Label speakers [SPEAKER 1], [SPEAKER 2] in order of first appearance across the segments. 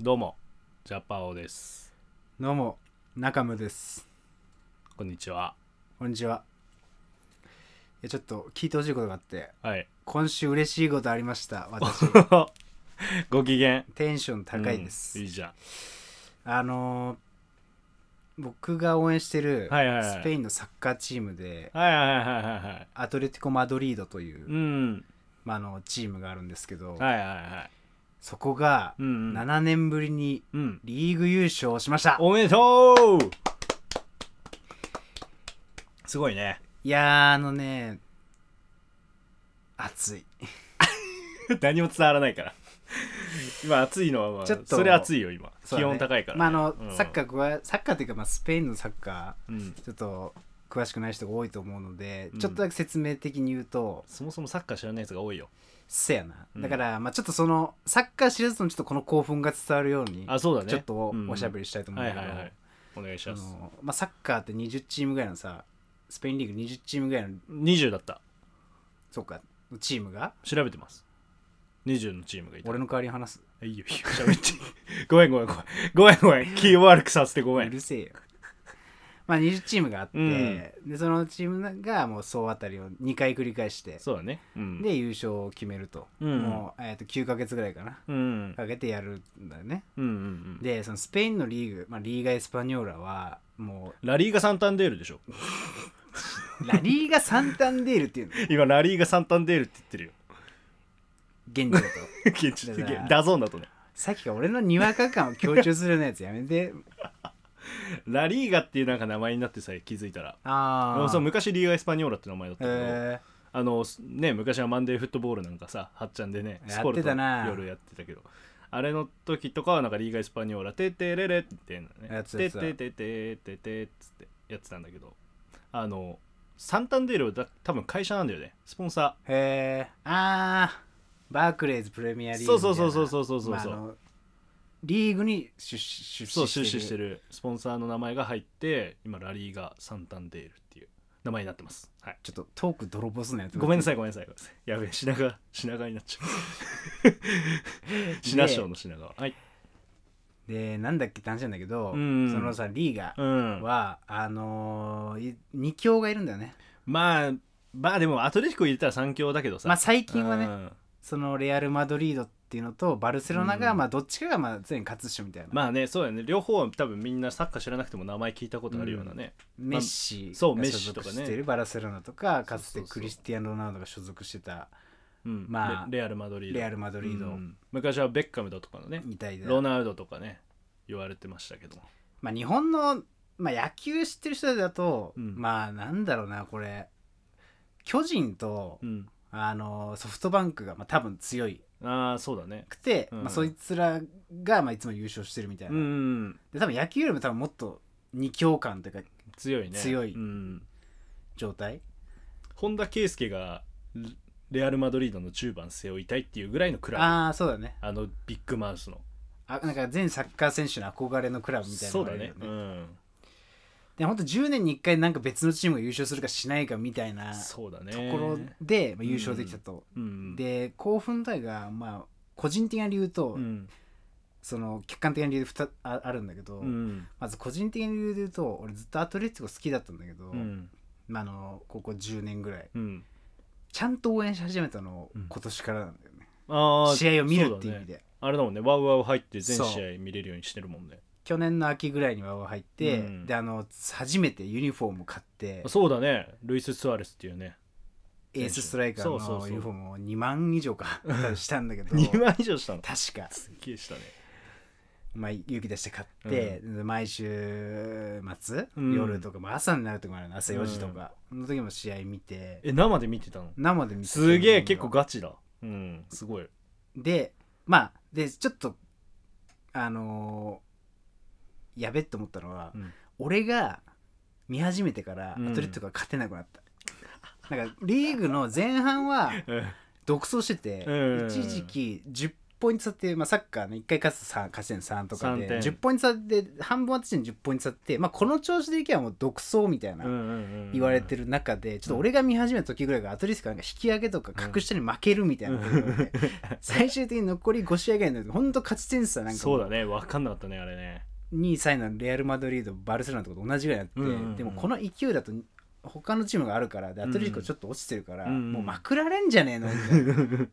[SPEAKER 1] どうもジャパオです
[SPEAKER 2] どうも中村です
[SPEAKER 1] こんにちは
[SPEAKER 2] こんにちはいやちょっと聞いてほしいことがあって
[SPEAKER 1] はい
[SPEAKER 2] 今週嬉しいことありました私
[SPEAKER 1] ご機嫌
[SPEAKER 2] テンション高いです、
[SPEAKER 1] うんいいじゃん
[SPEAKER 2] あのー僕が応援してる
[SPEAKER 1] はいはいはい
[SPEAKER 2] スペインのサッカーチームで
[SPEAKER 1] はいはいはいはいはい
[SPEAKER 2] アトレティコ・マドリードという、
[SPEAKER 1] うん
[SPEAKER 2] まあ、あのチームがあるんですけ
[SPEAKER 1] は
[SPEAKER 2] ど、
[SPEAKER 1] いはいは
[SPEAKER 2] そこが
[SPEAKER 1] いうんうん
[SPEAKER 2] 7年ぶりに
[SPEAKER 1] うん
[SPEAKER 2] リーグ優勝しました、
[SPEAKER 1] おめでとうすごいね
[SPEAKER 2] いやーあのね熱い
[SPEAKER 1] 何も伝わらないから今暑いのは、まあ、
[SPEAKER 2] ちょっと
[SPEAKER 1] それ暑いよ今、
[SPEAKER 2] そう
[SPEAKER 1] 気
[SPEAKER 2] だね
[SPEAKER 1] 温高いから、
[SPEAKER 2] まああの
[SPEAKER 1] うん
[SPEAKER 2] サッカー詳サッカーというか、まあ、スペインのサッカ
[SPEAKER 1] うん
[SPEAKER 2] ーちょっと詳しくない人が多いと思うので、
[SPEAKER 1] うん
[SPEAKER 2] ちょっとだけ説明的に言うと
[SPEAKER 1] そもそもサッカー知らないやつが多いよ
[SPEAKER 2] せやな
[SPEAKER 1] うん
[SPEAKER 2] だから、まあ、ちょっとそのサッカー知らずともちょっとこの興奮が伝わるように
[SPEAKER 1] あそうだね
[SPEAKER 2] ちょっとお,、
[SPEAKER 1] うん
[SPEAKER 2] おしゃべりしたいと思うん
[SPEAKER 1] は
[SPEAKER 2] だ
[SPEAKER 1] い
[SPEAKER 2] けど、
[SPEAKER 1] はいはいお願いし
[SPEAKER 2] あ
[SPEAKER 1] ます
[SPEAKER 2] のまあ、サッカーって20チームぐらいのさスペインリーグ20チームぐらいの
[SPEAKER 1] 20だった
[SPEAKER 2] そうかチームが
[SPEAKER 1] 調べてます20のチームがいた
[SPEAKER 2] 俺の代わりに話す
[SPEAKER 1] いいよいいよ喋って ごめんごめんごめんごめんごめ ん気を悪くさせてご
[SPEAKER 2] う
[SPEAKER 1] めん
[SPEAKER 2] るせえよまあ20チームがあって、
[SPEAKER 1] うん
[SPEAKER 2] でそのチームがもう総当たりを2回繰り返して
[SPEAKER 1] そうだねうん
[SPEAKER 2] で優勝を決めると、
[SPEAKER 1] うん
[SPEAKER 2] もう、えー、と9ヶ月ぐらいかな
[SPEAKER 1] うんうん
[SPEAKER 2] かけてやるんだよね
[SPEAKER 1] うんうん
[SPEAKER 2] でそのスペインのリーグ、まあ、リーガ・エスパニョーラはも
[SPEAKER 1] ラリーガ・サンタンデールでしょ
[SPEAKER 2] うラリーガ・サンタンデールっていうの
[SPEAKER 1] 今ラリーガ・サンタンデールって言ってるよ
[SPEAKER 2] 現地だと
[SPEAKER 1] 現地
[SPEAKER 2] だから
[SPEAKER 1] ダゾーンだとね
[SPEAKER 2] さっきから俺のにわか感を強調するようなやつやめて
[SPEAKER 1] ラリーガっていうなんか名前になってさえ気づいたら
[SPEAKER 2] あ
[SPEAKER 1] も
[SPEAKER 2] あ
[SPEAKER 1] うそう昔リーガ・エスパニョーラって名前だったけど、
[SPEAKER 2] え
[SPEAKER 1] あのね昔はマンデーフットボールなんかさはっちゃんでね
[SPEAKER 2] やってたな
[SPEAKER 1] スポルト夜やってたけどあれの時とかはなんかリーガ・エスパニョーラ「テテレレ」ってね
[SPEAKER 2] やってた
[SPEAKER 1] テテテテテテ」っつってやってたんだけどあのサンタンデールはだ多分会社なんだよねスポンサ
[SPEAKER 2] ー、えー、あーバークレーズプレミアリーグみたいな
[SPEAKER 1] そうそうそうそうそうそうそう
[SPEAKER 2] まああのリーグに出資出
[SPEAKER 1] ーそう
[SPEAKER 2] 資
[SPEAKER 1] 出資して
[SPEAKER 2] る
[SPEAKER 1] るスポンサーの名前が入って今ラリーガ・サンタンデールっていう名前になってます、はい、
[SPEAKER 2] ちょっとトーク泥棒すなやつ
[SPEAKER 1] ごめんなさ
[SPEAKER 2] い
[SPEAKER 1] いごめんなさいごめんなさいやべえ品川品川になっちゃう品賞の品川はい
[SPEAKER 2] でなんだっけって話なんだけど、
[SPEAKER 1] うん
[SPEAKER 2] そのさリーガ
[SPEAKER 1] うん
[SPEAKER 2] は、あのー、2強がいるんだよね
[SPEAKER 1] まあまあでもアトレティコ入れたら3強だけどさ、
[SPEAKER 2] まあ最近はね、
[SPEAKER 1] うん
[SPEAKER 2] そのレアル・マドリードっていうのとバルセロナが、
[SPEAKER 1] うん
[SPEAKER 2] まあどっちかがまあ常に勝つっしょみたいな、
[SPEAKER 1] まあねそうだよね両方は多分みんなサッカー知らなくても名前聞いたことあるようなね、
[SPEAKER 2] メッシが
[SPEAKER 1] そう
[SPEAKER 2] 所
[SPEAKER 1] メッシとか
[SPEAKER 2] 属
[SPEAKER 1] ね
[SPEAKER 2] してるバルセロナとかかつ
[SPEAKER 1] そう
[SPEAKER 2] て
[SPEAKER 1] そうそう
[SPEAKER 2] クリスティアーノ・ロナウドが所属してた
[SPEAKER 1] うん
[SPEAKER 2] まあ
[SPEAKER 1] レレアル・マドリード
[SPEAKER 2] レアル・マドリー
[SPEAKER 1] う
[SPEAKER 2] ド
[SPEAKER 1] ん昔はベッカムだとかのね
[SPEAKER 2] みたいな、
[SPEAKER 1] ロナウドとかね言われてましたけど
[SPEAKER 2] まあ、日本の、まあ、野球知ってる人だと、
[SPEAKER 1] うん
[SPEAKER 2] まあなんだろうなこれ巨人と、
[SPEAKER 1] うん
[SPEAKER 2] あのソフトバンクが、まあ、多分強い
[SPEAKER 1] ああそうだね
[SPEAKER 2] くて、
[SPEAKER 1] うん
[SPEAKER 2] まあ、そいつらが、まあ、いつも優勝してるみたいな、
[SPEAKER 1] うん
[SPEAKER 2] で多分野球よりも多分もっと二強感というか
[SPEAKER 1] 強いね
[SPEAKER 2] 強い
[SPEAKER 1] うん、
[SPEAKER 2] 状態
[SPEAKER 1] 本田圭佑がレレアル・マドリードの10番背負いたいっていうぐらいのクラブあ
[SPEAKER 2] ああそうだね
[SPEAKER 1] のビッグマウスの
[SPEAKER 2] あなんか全サッカー選手の憧れのクラブみたいな
[SPEAKER 1] そ
[SPEAKER 2] の
[SPEAKER 1] う
[SPEAKER 2] があ
[SPEAKER 1] だ
[SPEAKER 2] るよ
[SPEAKER 1] ねうん
[SPEAKER 2] で本当10年に1回なんか別のチームが優勝するかしないかみたいなと
[SPEAKER 1] そうだね
[SPEAKER 2] ころで、まあ、優勝できたと、
[SPEAKER 1] うん、
[SPEAKER 2] で興奮度合いがまあ個人的な理由と、
[SPEAKER 1] うん
[SPEAKER 2] その客観的な理由で2ああるんだけど、
[SPEAKER 1] うん
[SPEAKER 2] まず個人的な理由で言うと俺ずっとアトレティコ好きだったんだけど、
[SPEAKER 1] うん
[SPEAKER 2] まあ、あのここ10年ぐらい
[SPEAKER 1] うん、
[SPEAKER 2] ちゃんと応援し始めたの
[SPEAKER 1] うん
[SPEAKER 2] 今年からなんだよね、
[SPEAKER 1] あー
[SPEAKER 2] 試合を見るって
[SPEAKER 1] そ
[SPEAKER 2] い
[SPEAKER 1] だ
[SPEAKER 2] うう意味
[SPEAKER 1] ね、
[SPEAKER 2] で、
[SPEAKER 1] あれだもんねワウワウ入って全
[SPEAKER 2] そう
[SPEAKER 1] 試合見れるようにしてるもんね
[SPEAKER 2] 去年の秋ぐらいにワウワウ入って、
[SPEAKER 1] うん
[SPEAKER 2] であの初めてユニフォーム買って
[SPEAKER 1] そうだねルイス・スアレスっていう ね
[SPEAKER 2] エースストライカー
[SPEAKER 1] そうそうそ
[SPEAKER 2] の
[SPEAKER 1] う
[SPEAKER 2] ユニフォームを2万以上かしたんだけど
[SPEAKER 1] 2万以上したの
[SPEAKER 2] 確か、
[SPEAKER 1] すっげえしたね
[SPEAKER 2] まあ、勇気出して買って、で毎週末、
[SPEAKER 1] うん
[SPEAKER 2] 夜とかも朝になるとかもあるの朝4時とか、の時も試合見て
[SPEAKER 1] え生で見てたの
[SPEAKER 2] 生で見てた
[SPEAKER 1] すげえ結構ガチだうんすごい
[SPEAKER 2] でまあでちょっとあのーやべって思ったのは、
[SPEAKER 1] うん
[SPEAKER 2] 俺が見始めてから
[SPEAKER 1] うん
[SPEAKER 2] アトレティコが勝てなくなった、なんかリーグの前半は独走してて、
[SPEAKER 1] うん
[SPEAKER 2] 一時期10ポイント差って、まあ、サッカーね1回勝つと3勝ち点3とかで
[SPEAKER 1] 三点
[SPEAKER 2] 10ポイント差で半分私に10ポイント差って、まあ、この調子でいけばもう独走みたいな、言われて
[SPEAKER 1] る
[SPEAKER 2] る中でちょっと俺が見始めた時ぐらいがアトリスクなんか引き上げとか格下に負けるみたいなところで、最終的に残り5試合ぐらいのほんと勝ち点差なんか
[SPEAKER 1] そうだね分かんなかったねあれね
[SPEAKER 2] 2位3位のレアル・マドリードバルセロナとかと同じぐらいになって、
[SPEAKER 1] うんうんうん
[SPEAKER 2] でもこの勢いだと他のチームがあるからでアトリスクちょっと落ちてるから、
[SPEAKER 1] うんうん
[SPEAKER 2] もうまくられんじゃ ねえのみたいな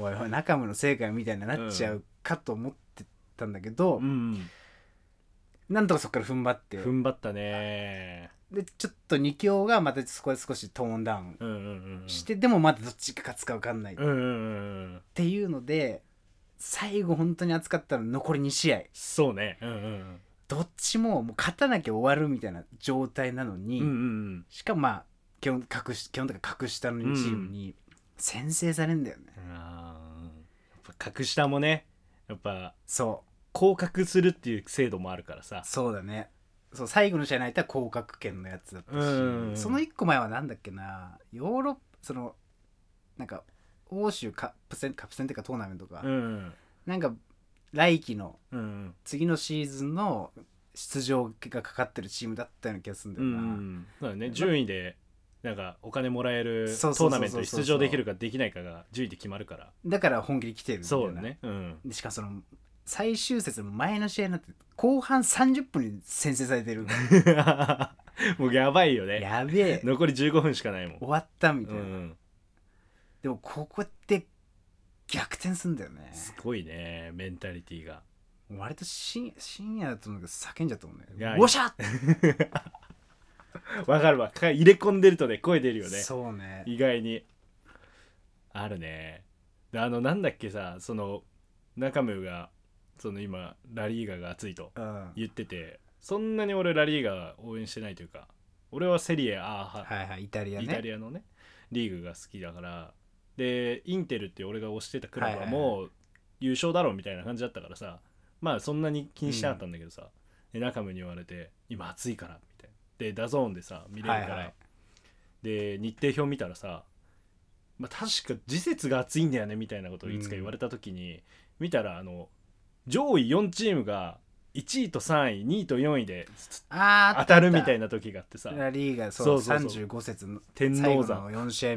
[SPEAKER 2] おいおい中村の正解みたいになっちゃうかと思ってたんだけど、
[SPEAKER 1] うん
[SPEAKER 2] なんとかそこから踏ん張って
[SPEAKER 1] 踏ん張ったね
[SPEAKER 2] でちょっと2強がまたそこで少しトーンダウン
[SPEAKER 1] うんうんうん
[SPEAKER 2] して、でもまだどっちが勝つか分かんない、
[SPEAKER 1] うんうんうんうん
[SPEAKER 2] っていうので最後本当に熱かったのは残り2試合
[SPEAKER 1] そうねうんうん
[SPEAKER 2] どっちももう勝たなきゃ終わるみたいな状態なのに、
[SPEAKER 1] うんうんうん
[SPEAKER 2] しかもまあ基本格し基本とか格下のチームに先制されんだよね、
[SPEAKER 1] うんあーやっぱ格下もねやっぱ
[SPEAKER 2] そ
[SPEAKER 1] 降格するっていう制度もあるからさ
[SPEAKER 2] うそうだねそう最後の試合の相手は降格圏のやつだったし、
[SPEAKER 1] うん
[SPEAKER 2] その1個前はなんだっけなヨーロッパそのなんか欧州カップ戦カップ戦っていうかトーナメントか、
[SPEAKER 1] うんうん
[SPEAKER 2] なんか来季の
[SPEAKER 1] うんうん
[SPEAKER 2] 次のシーズンの出場がかかってるチームだったような気がするんだ
[SPEAKER 1] う
[SPEAKER 2] よな、
[SPEAKER 1] んそうだね順位でなんかお金もらえる
[SPEAKER 2] そ
[SPEAKER 1] ト
[SPEAKER 2] うそ
[SPEAKER 1] ー
[SPEAKER 2] うそ
[SPEAKER 1] ナ
[SPEAKER 2] うそう
[SPEAKER 1] メントに出場できるかできないかが順位で決まるから
[SPEAKER 2] だから本気で来てるみたいな
[SPEAKER 1] そうだねうん
[SPEAKER 2] でしかもその最終節の前の試合になって後半30分に先制されてる
[SPEAKER 1] もうやばいよ ね
[SPEAKER 2] やべえ終
[SPEAKER 1] 残り15分しかないもん
[SPEAKER 2] わったみた
[SPEAKER 1] う
[SPEAKER 2] いな、
[SPEAKER 1] ん
[SPEAKER 2] でもここって逆転すんだよね
[SPEAKER 1] すごいねメンタリティーが
[SPEAKER 2] 割と深深夜だと思うけど叫んじゃったもんね
[SPEAKER 1] いや
[SPEAKER 2] ウォシャッ
[SPEAKER 1] わかるわか入れ込んでるとね声出るよね
[SPEAKER 2] そうね
[SPEAKER 1] 意外にあるねであのなんだっけさその中村がその今ラリーガが熱いと
[SPEAKER 2] うん
[SPEAKER 1] 言っててそんなに俺ラリーガ応援してないというか俺はセリエ A 派
[SPEAKER 2] はいはいイタリアね
[SPEAKER 1] イタリアのねリーグが好きだからでインテルって俺が推してたクラブは
[SPEAKER 2] はいはいはい
[SPEAKER 1] もう優勝だろうみたいな感じだったからさまあそんなに気にしなかったんだけどさ、で中村に言われて「今暑いから」みたいなでダゾーンでさ見れるから、
[SPEAKER 2] はいはい
[SPEAKER 1] で日程表見たらさ、まあ、確か時節が暑いんだよねみたいなことをいつか言われた時に、見たらあの上位4チームが1位と3位2位と4位で
[SPEAKER 2] あー
[SPEAKER 1] 当たるみたい
[SPEAKER 2] な
[SPEAKER 1] な時があってさ
[SPEAKER 2] ラリーがそう
[SPEAKER 1] そうそうそう
[SPEAKER 2] 35節の
[SPEAKER 1] 天
[SPEAKER 2] 最
[SPEAKER 1] 王
[SPEAKER 2] 後
[SPEAKER 1] 山
[SPEAKER 2] の4試合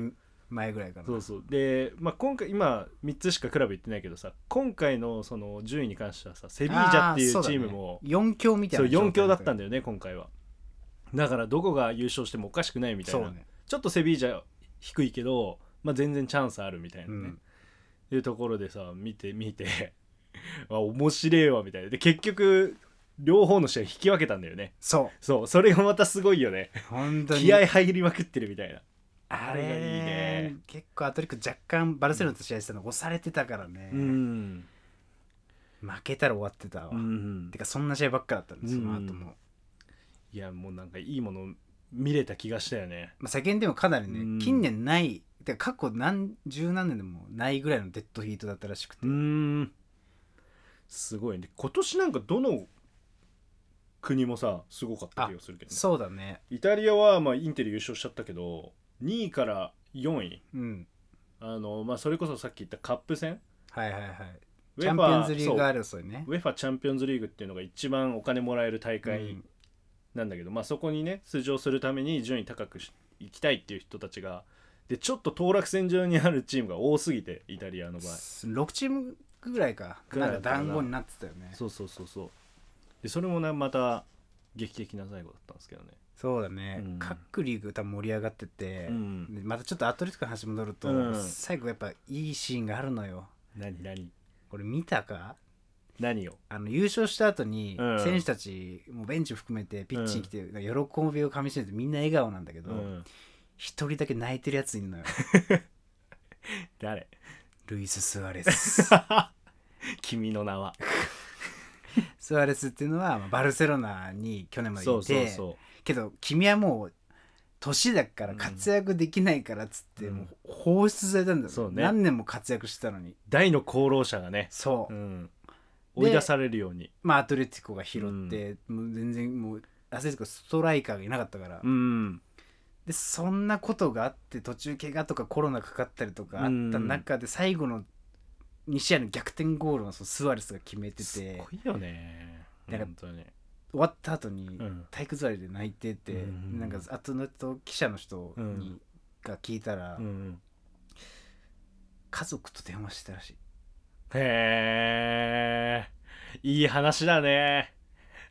[SPEAKER 2] 前ぐらいかな
[SPEAKER 1] そうそうで、まあ、今回今3つしかクラブ行ってないけどさ今回のその順位に関してはさセビージャっていうチームも
[SPEAKER 2] 4強みたい
[SPEAKER 1] そう、
[SPEAKER 2] な
[SPEAKER 1] 4強だったん
[SPEAKER 2] だ
[SPEAKER 1] だよね今回はだからどこが優勝してもおかしくないみたい
[SPEAKER 2] そう
[SPEAKER 1] な、
[SPEAKER 2] ね
[SPEAKER 1] ちょっとセビージャ低いけど、まあ、全然チャンスあるみたいなね、
[SPEAKER 2] うん
[SPEAKER 1] いうところでさ見て見て あ面白えわみたいなで結局両方の試合引き分けたんだよね
[SPEAKER 2] そ
[SPEAKER 1] そうそれがまたすごいよね
[SPEAKER 2] う本当に
[SPEAKER 1] 気合入りまくってるみたいな
[SPEAKER 2] あ
[SPEAKER 1] あれがいい
[SPEAKER 2] れ
[SPEAKER 1] ね
[SPEAKER 2] 結構アトリック若干バルセロナと試合したの押されてたからね、
[SPEAKER 1] うん、
[SPEAKER 2] 負けたら終わってたわ、
[SPEAKER 1] うん、
[SPEAKER 2] てかそんな試合ばっかだったんです
[SPEAKER 1] う
[SPEAKER 2] そ
[SPEAKER 1] ん
[SPEAKER 2] の後も、
[SPEAKER 1] いやもうなんかいいもの見れた気がしたよね
[SPEAKER 2] まあ、世間でもかなりね、
[SPEAKER 1] うん
[SPEAKER 2] 近年ないてか過去何十何年でもないぐらいのデッドヒートだったらしくて、
[SPEAKER 1] んすごいね今年なんかどの国もさすごかった気がするけどね、
[SPEAKER 2] そうだね
[SPEAKER 1] イタリアはまあインテル優勝しちゃったけど2位から4位
[SPEAKER 2] うん
[SPEAKER 1] あの、まあ、それこそさっき言ったカップ戦
[SPEAKER 2] はいはいはいチャンピオンズリーグ争いね
[SPEAKER 1] そうウェファチャンピオンズリーグっていうのが一番お金もらえる大
[SPEAKER 2] う
[SPEAKER 1] 会
[SPEAKER 2] ん
[SPEAKER 1] なんだけど、まあ、そこにね出場するために順位高くし行きたいっていう人たちがでちょっと当落線上にあるチームが多すぎてイタリアの場合
[SPEAKER 2] 6チームぐらいか
[SPEAKER 1] ぐらいだ
[SPEAKER 2] なん
[SPEAKER 1] っ
[SPEAKER 2] か
[SPEAKER 1] たかな
[SPEAKER 2] 団子になってたよねそ
[SPEAKER 1] そうそうそうそうでそれもねまた劇的な最後だったんですけどね
[SPEAKER 2] うだね、
[SPEAKER 1] うん
[SPEAKER 2] 各リーグ多分盛り上がってて、
[SPEAKER 1] うん
[SPEAKER 2] でまたちょっとアトリックの話戻ると、
[SPEAKER 1] うん
[SPEAKER 2] 最後やっぱいいシーンがあるのよ
[SPEAKER 1] 何何
[SPEAKER 2] これ見たか
[SPEAKER 1] 何を
[SPEAKER 2] あの優勝した後に
[SPEAKER 1] うん
[SPEAKER 2] 選手たち、もうベンチ含めてピッチに来て、喜びをかみしめてみんな笑顔なんだけど
[SPEAKER 1] うん
[SPEAKER 2] 一、人だけ泣いてるやついるのよ
[SPEAKER 1] 誰
[SPEAKER 2] ルイス・スアレス
[SPEAKER 1] 君の名は
[SPEAKER 2] スアレスっていうのはまあバルセロナに去年までいて
[SPEAKER 1] そうそうそ
[SPEAKER 2] けど君はもう年だから活躍できないからっつって、
[SPEAKER 1] うん
[SPEAKER 2] もう放出されたんだよ、
[SPEAKER 1] そうね
[SPEAKER 2] 何年も活躍してたのに
[SPEAKER 1] う大の功労者がね、
[SPEAKER 2] そう、
[SPEAKER 1] うん、
[SPEAKER 2] で
[SPEAKER 1] 追い出されるように
[SPEAKER 2] まあアトレティコが拾って、もう全然もうアトレティコストライカーがいなかったから、
[SPEAKER 1] うん
[SPEAKER 2] でそんなことがあって途中怪我とかコロナかかったりとかあった中で最後の、 2試合の逆転ゴールをそのスアレスが決めて
[SPEAKER 1] す
[SPEAKER 2] て
[SPEAKER 1] ごいよね
[SPEAKER 2] だから
[SPEAKER 1] 本当に
[SPEAKER 2] 終わった後に
[SPEAKER 1] うん
[SPEAKER 2] 体育座りで泣いてて、
[SPEAKER 1] うん
[SPEAKER 2] なんかあとのと記者の人に、
[SPEAKER 1] うん
[SPEAKER 2] が聞いたら、
[SPEAKER 1] うんうん
[SPEAKER 2] 家族と電話してたらしい
[SPEAKER 1] へえいい話だね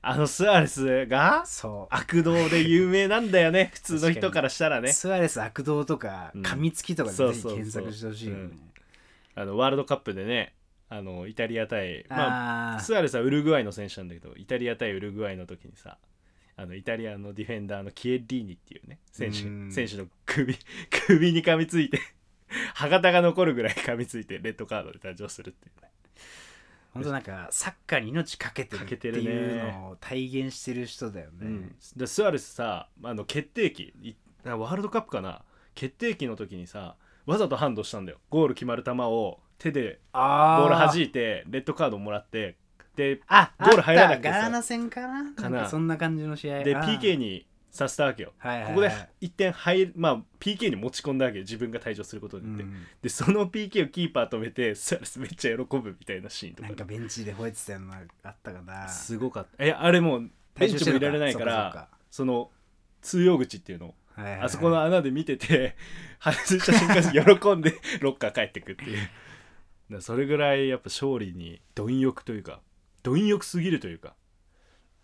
[SPEAKER 1] あのスアレスが
[SPEAKER 2] そう
[SPEAKER 1] 悪道で有名なんだよね普通の人からしたらね
[SPEAKER 2] スアレス悪道とか
[SPEAKER 1] うん
[SPEAKER 2] 噛みつきとかで
[SPEAKER 1] そう
[SPEAKER 2] ぜひ
[SPEAKER 1] そうそう
[SPEAKER 2] 検索してほしいよね、
[SPEAKER 1] あのワールドカップでねあのイタリア対ま
[SPEAKER 2] あ
[SPEAKER 1] あ
[SPEAKER 2] ー
[SPEAKER 1] スアレスはウルグアイの選手なんだけどイタリア対ウルグアイの時にさあのイタリアのディフェンダーのキエリーニっていうね選
[SPEAKER 2] うん
[SPEAKER 1] 手選手の首 首に噛みついて歯型が残るぐらい噛みついてレッドカードで誕生するっていうね
[SPEAKER 2] 本当なんかサッカーに命かけてる
[SPEAKER 1] か
[SPEAKER 2] っ
[SPEAKER 1] け
[SPEAKER 2] て
[SPEAKER 1] てるね
[SPEAKER 2] いうのを体現してる人だよね、
[SPEAKER 1] でスアレスさあの決定機いワールドカップかな決定機の時にさわざとハンドしたんだよゴール決まる球を手でボ
[SPEAKER 2] あ
[SPEAKER 1] ール
[SPEAKER 2] あ
[SPEAKER 1] 弾いてレッドカードもらってで
[SPEAKER 2] あ
[SPEAKER 1] ゴール入らなくて
[SPEAKER 2] あ
[SPEAKER 1] さ
[SPEAKER 2] ったガーナ戦かな
[SPEAKER 1] かな
[SPEAKER 2] なんかそんな感じの試合
[SPEAKER 1] で
[SPEAKER 2] あー
[SPEAKER 1] PK にさせたわけよ、
[SPEAKER 2] はいはいは
[SPEAKER 1] こ
[SPEAKER 2] い
[SPEAKER 1] こで1点入る、まあ、PK に持ち込んだわけよ自分が退場すること
[SPEAKER 2] う
[SPEAKER 1] によって、
[SPEAKER 2] ん
[SPEAKER 1] でその PK をキーパー止めてスアレスめっちゃ喜ぶみたいなシーンと
[SPEAKER 2] な
[SPEAKER 1] か
[SPEAKER 2] んかベンチで吠えてたのあったかな
[SPEAKER 1] すごかったえあれもうベンチもいられないからその通用口っていうのを
[SPEAKER 2] そうかそうかはいはいはい
[SPEAKER 1] あそこの穴で見てて 外した瞬間に喜んで ロッカー帰ってくっていうだからそれぐらいやっぱ勝利に貪欲というか貪欲すぎるというか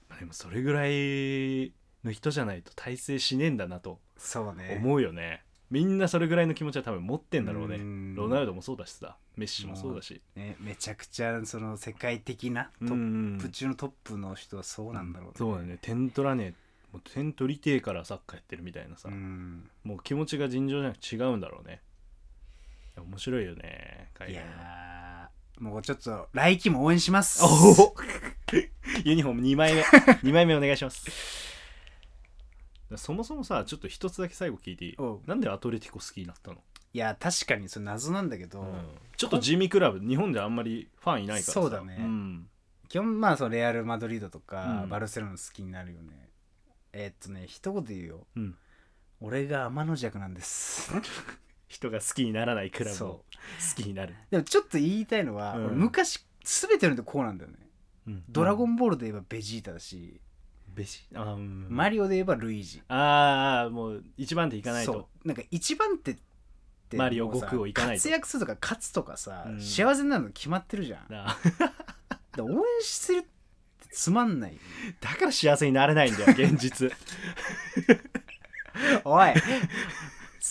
[SPEAKER 1] まあでもそれぐらいの人じゃないと大成しねえんだなと
[SPEAKER 2] そうね
[SPEAKER 1] 思うよねみんなそれぐらいの気持ちは多分持ってんだろうね
[SPEAKER 2] うん
[SPEAKER 1] ロナウドもそうだしさメッシもそうだし
[SPEAKER 2] ねめちゃくちゃその世界的なト
[SPEAKER 1] う
[SPEAKER 2] ッ
[SPEAKER 1] ん
[SPEAKER 2] プ中のトップの人はそうなんだろうね
[SPEAKER 1] そうだね点取らねえもう点取りてえからサッカーやってるみたいなさ、
[SPEAKER 2] うん
[SPEAKER 1] もう気持ちが尋常じゃなく違うんだろうねいや面白いよね海
[SPEAKER 2] い
[SPEAKER 1] 外
[SPEAKER 2] や
[SPEAKER 1] は
[SPEAKER 2] ーもうちょっと来季も応援します
[SPEAKER 1] おおユニフォー ム2枚目2 枚目お願いしますそもそもさちょっと一つだけ最後聞いていい
[SPEAKER 2] おう
[SPEAKER 1] なんでアトレティコ好きになったの、
[SPEAKER 2] いや確かにそれ謎なんだけど、
[SPEAKER 1] うんちょっと地味クラブ日本であんまりファンいないからさ
[SPEAKER 2] そうだね
[SPEAKER 1] ん
[SPEAKER 2] 基本まあそのレアル・マドリードとか、
[SPEAKER 1] うん
[SPEAKER 2] バルセロナ好きになるよねえーっとね一言言うよ
[SPEAKER 1] うん
[SPEAKER 2] 俺が天の弱なんです
[SPEAKER 1] 人が好きにならないクラブを
[SPEAKER 2] そ
[SPEAKER 1] 好きになる、
[SPEAKER 2] でもちょっと言いたいのは、
[SPEAKER 1] うん
[SPEAKER 2] 俺昔全ての人こうなんだよね
[SPEAKER 1] うん
[SPEAKER 2] ドラゴンボールで言えばベジータだし、
[SPEAKER 1] ベジあー、うん
[SPEAKER 2] マリオで言えばルイージ
[SPEAKER 1] あーもう一番手いかないと
[SPEAKER 2] うなんか一番手って
[SPEAKER 1] マリオ
[SPEAKER 2] もうさ
[SPEAKER 1] 悟空をいかないと
[SPEAKER 2] 活躍するとか勝つとかさ、
[SPEAKER 1] うん
[SPEAKER 2] 幸せになるの決まってるじゃんだか
[SPEAKER 1] なあ
[SPEAKER 2] ら応援してるってつまんないよね
[SPEAKER 1] だから幸せになれないんだよ現 実
[SPEAKER 2] おい好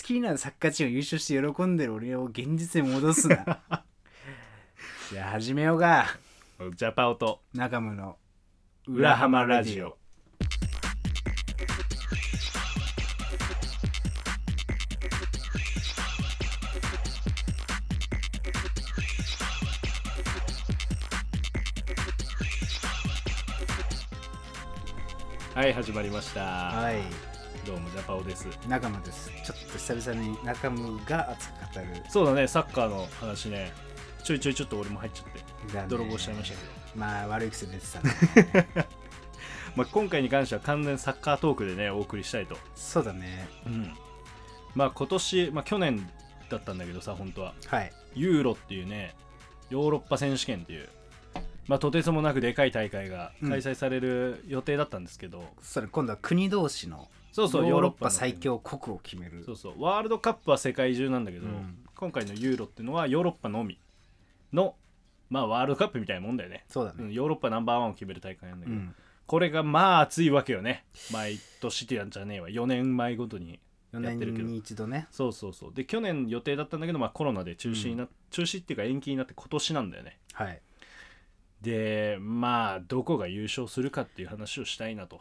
[SPEAKER 2] きなサッカーチーム優勝して喜んでる俺を現実に戻 すなじゃあ始めようか
[SPEAKER 1] ジャパオと
[SPEAKER 2] 中村の
[SPEAKER 1] 裏浜ラジオはい始まりました、
[SPEAKER 2] はい
[SPEAKER 1] どうもジャパオです
[SPEAKER 2] 中村ですちょっと久々に中村が熱く語る
[SPEAKER 1] そうだねサッカーの話ねちょいちょいちょっと俺も入っちゃって
[SPEAKER 2] だね
[SPEAKER 1] 泥棒しちゃいましたけど
[SPEAKER 2] まあ悪い癖出てた ね
[SPEAKER 1] まあ、今回に関しては完全サッカートークでねお送りしたいと、
[SPEAKER 2] そうだね
[SPEAKER 1] まあ今年、まあ、去年だったんだけどさ本当は
[SPEAKER 2] はい
[SPEAKER 1] ユーロっていうねヨーロッパ選手権っていう、まあ、とてつもなくでかい大会が開催される予定だったんですけど、
[SPEAKER 2] それ今度は国同士の
[SPEAKER 1] そうそう
[SPEAKER 2] ヨ
[SPEAKER 1] ヨ
[SPEAKER 2] ー
[SPEAKER 1] ー
[SPEAKER 2] ロ
[SPEAKER 1] ロ
[SPEAKER 2] ッ
[SPEAKER 1] ッ
[SPEAKER 2] パ
[SPEAKER 1] パ
[SPEAKER 2] 最
[SPEAKER 1] 最
[SPEAKER 2] 強国を決める
[SPEAKER 1] そうそうワールドカップは世界中なんだけど、
[SPEAKER 2] うん
[SPEAKER 1] 今回のユーロっていうのはヨーロッパのみの、まあ、ワールドカップみたいなもんだよね、
[SPEAKER 2] そうだ
[SPEAKER 1] うん
[SPEAKER 2] ね
[SPEAKER 1] ヨーロッパナンバーワンを決める大会なんだ
[SPEAKER 2] う
[SPEAKER 1] けど、
[SPEAKER 2] ん
[SPEAKER 1] これがまあ熱いわけよね毎年ってなんじゃねえわ4年前ごとに
[SPEAKER 2] 4
[SPEAKER 1] や
[SPEAKER 2] 年
[SPEAKER 1] ってるけど
[SPEAKER 2] に一度ね
[SPEAKER 1] そうそうそうで去年予定だったんだけど、まあ、コロナで中止にな、中止っていうか延期になって今年なんだよね
[SPEAKER 2] はい
[SPEAKER 1] でまあどこが優勝するかっていう話をしたいなと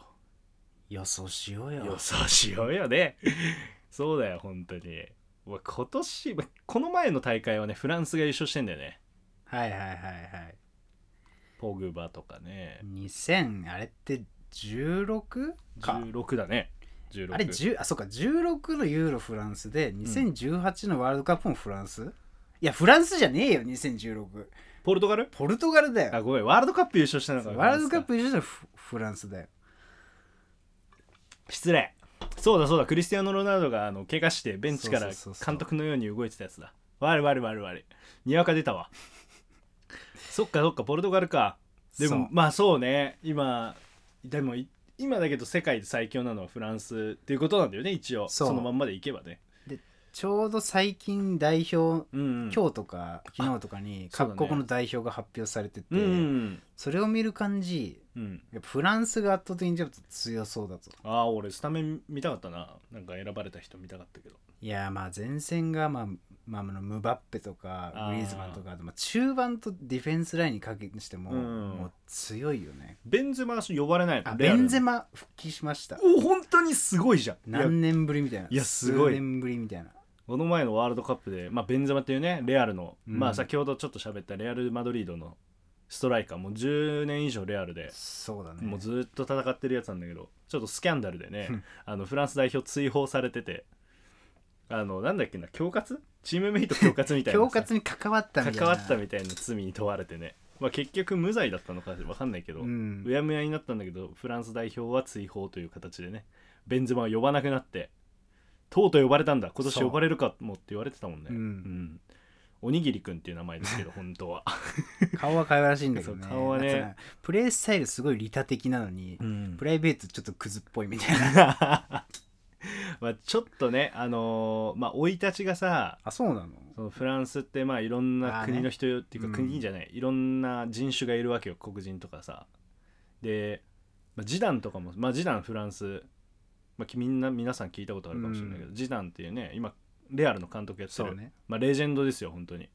[SPEAKER 2] 予想しようよ
[SPEAKER 1] 予想しようよね そうだよ本当にうわ今年まあこの前の大会はねフランスが優勝してんだよね
[SPEAKER 2] はいはいはいはい
[SPEAKER 1] ポグバとかね
[SPEAKER 2] 2000あれって 16? か
[SPEAKER 1] 16だね16
[SPEAKER 2] あれ10あそうか16のユーロフランスで2018のワールドカップもフランス、いやフランスじゃねえよ2016
[SPEAKER 1] ポルトガル
[SPEAKER 2] ポルトガルだ
[SPEAKER 1] あ
[SPEAKER 2] よ
[SPEAKER 1] ごめんワールドカップ優勝したのか
[SPEAKER 2] ワールドカップ優勝したのフフランスだよ
[SPEAKER 1] 失礼そうだそうだクリスティアーノ・ロナウドがあの怪我してベンチから
[SPEAKER 2] そうそうそうそう
[SPEAKER 1] 監督のように動いてたやつだ悪い悪い悪い悪いにわか出たわ そっかそっかポルトガルかで
[SPEAKER 2] そう
[SPEAKER 1] もまあそうね今でもい今だけど世界で最強なのはフランスっていうことなんだよね一応
[SPEAKER 2] そ
[SPEAKER 1] そうのまんまでいけばね
[SPEAKER 2] ちょうど最近代表
[SPEAKER 1] うんうん
[SPEAKER 2] 今日とか昨日とかに
[SPEAKER 1] そうだ
[SPEAKER 2] 各
[SPEAKER 1] ね
[SPEAKER 2] 国の代表が発表されてて、
[SPEAKER 1] うんうん
[SPEAKER 2] それを見る感じ
[SPEAKER 1] うん、うん、
[SPEAKER 2] やっぱフランスが圧倒的にちょっと強そうだと
[SPEAKER 1] ああ俺スタメン見たかったななんか選ばれた人見たかったけど
[SPEAKER 2] いやーまあ前線が、まあまあ、あのムバッペとか
[SPEAKER 1] あー
[SPEAKER 2] グリーズマンとかあとまあ中盤とディフェンスラインにかけてしても,、
[SPEAKER 1] うん
[SPEAKER 2] もう強いよね
[SPEAKER 1] ベンゼマが呼ばれないの
[SPEAKER 2] あベンゼ
[SPEAKER 1] マ
[SPEAKER 2] マ復帰しました
[SPEAKER 1] お本当にすごいじゃんいや
[SPEAKER 2] 何年ぶりみたいない
[SPEAKER 1] やすごい
[SPEAKER 2] 数年ぶりみたいな
[SPEAKER 1] この前のワールドカップで、まあ、ベンゼマっていうねレアルの、
[SPEAKER 2] うん
[SPEAKER 1] まあ先ほどちょっと喋ったレアル・マドリードのストライカーもう10年以上レアルで、
[SPEAKER 2] そうだね
[SPEAKER 1] もうずっと戦ってるやつなんだけどちょっとスキャンダルで
[SPEAKER 2] う
[SPEAKER 1] ね
[SPEAKER 2] ん
[SPEAKER 1] あのフランス代表追放されててあのなんだっけな恐喝チームメイト恐喝みたいな
[SPEAKER 2] 恐
[SPEAKER 1] さ
[SPEAKER 2] 喝に関わったみたいな
[SPEAKER 1] 関わったみたいな罪に問われてね、まあ、結局無罪だったのか分かんないけど、
[SPEAKER 2] うん
[SPEAKER 1] うやむやになったんだけどフランス代表は追放という形でねベンゼマは呼ばなくなってとうとう呼ばれたんだ今年
[SPEAKER 2] そう
[SPEAKER 1] 呼ばれるかもって言われてたもんね、
[SPEAKER 2] うん
[SPEAKER 1] んおにぎりくんっていう名前 ですけど本当は、
[SPEAKER 2] 顔は可愛らしいんだけど
[SPEAKER 1] そ
[SPEAKER 2] ね
[SPEAKER 1] う顔はね
[SPEAKER 2] なんかさプレースタイルすごい利他的なのに、
[SPEAKER 1] うん
[SPEAKER 2] プライベートちょっとクズっぽいみたいな
[SPEAKER 1] まあちょっとねあのーまあ生い立ちがさ
[SPEAKER 2] あそうなの
[SPEAKER 1] そのフランスってまあいろんな国の人、っていうか
[SPEAKER 2] うん
[SPEAKER 1] 国じゃない、いろんな人種がいるわけよ黒人とかさで、まあ、ジダンとかも、まあ、ジダンフランス、まあ、きみんな皆さん聞いたことあるかもしれないけど、ジダンっていうね今レアルの監督やって
[SPEAKER 2] そ
[SPEAKER 1] る、
[SPEAKER 2] うね
[SPEAKER 1] まあ、レジェンドですよ本当に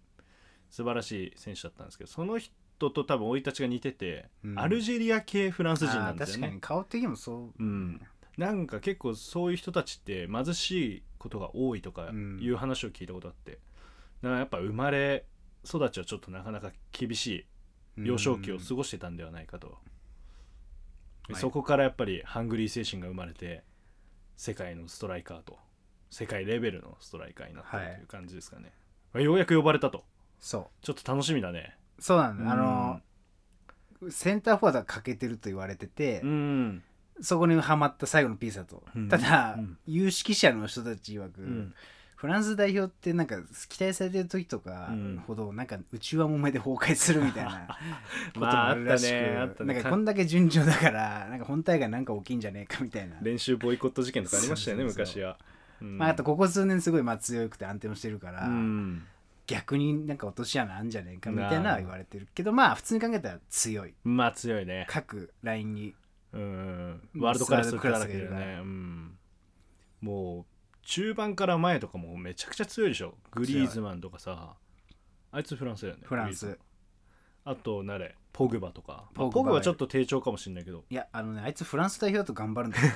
[SPEAKER 1] 素晴らしい選手だったんですけどその人と多分生い立ちが似てて、
[SPEAKER 2] うん
[SPEAKER 1] アルジェリア系フランス人な
[SPEAKER 2] あ
[SPEAKER 1] ん
[SPEAKER 2] ー
[SPEAKER 1] ですよ
[SPEAKER 2] 確
[SPEAKER 1] ね
[SPEAKER 2] かに顔的にもそ
[SPEAKER 1] う
[SPEAKER 2] う
[SPEAKER 1] ん、なんか結構そういう人たちって貧しいことが多いとかいう話を聞いたことあって、だからやっぱ生まれ育ちはちょっとなかなか厳しい幼少期を過ごしてたんではないかと、
[SPEAKER 2] うん
[SPEAKER 1] そこからやっぱりハングリー精神が生まれて世界のストライカーと世界レベルのストライカーになったという感じですかね、ようやく呼ばれたと
[SPEAKER 2] そう
[SPEAKER 1] ちょっと楽しみだね
[SPEAKER 2] そうなんだ、あのセンターフォワードが欠けてると言われてて、
[SPEAKER 1] うん
[SPEAKER 2] そこにはまった最後のピースだと、
[SPEAKER 1] うん
[SPEAKER 2] ただ、
[SPEAKER 1] うん
[SPEAKER 2] 有識者の人たち曰く、
[SPEAKER 1] うん
[SPEAKER 2] フランス代表ってなんか期待されてる時とか
[SPEAKER 1] うん
[SPEAKER 2] ほどなんか内輪もめで崩壊するみたい なことも
[SPEAKER 1] まあ
[SPEAKER 2] あるらしく、
[SPEAKER 1] あったねあったね
[SPEAKER 2] なんかこんだけ順調だからなんか本大会なんか大きいんじゃねえかみたいな、
[SPEAKER 1] 練習ボイコット事件とかありましたよね
[SPEAKER 2] そうそうそう
[SPEAKER 1] 昔は、うん
[SPEAKER 2] まあ、あとここ数年すごいまあ強くて安定もしてるから、
[SPEAKER 1] うん
[SPEAKER 2] 逆になんか落とし穴あんじゃねえかみたいな言われてるけどまあ普通に考えたら強い
[SPEAKER 1] まあ強いね。
[SPEAKER 2] 各ラインに
[SPEAKER 1] うん。
[SPEAKER 2] うん
[SPEAKER 1] ワールドクラス
[SPEAKER 2] ワールドクラス
[SPEAKER 1] だけ
[SPEAKER 2] がい
[SPEAKER 1] ど
[SPEAKER 2] るから
[SPEAKER 1] ね。うん。もう、中盤から前とかもめちゃくちゃ強いでしょ。グリーズマンとかさ、あいつフランスだよね。
[SPEAKER 2] フラン
[SPEAKER 1] グリーズマ
[SPEAKER 2] ス
[SPEAKER 1] ン。あと、なれ、ポグバとか。まあ
[SPEAKER 2] ポグバ
[SPEAKER 1] ポグバちょっと低調かもしれない けど。
[SPEAKER 2] いやあのねあいつフランス代表だと頑張 るんだよ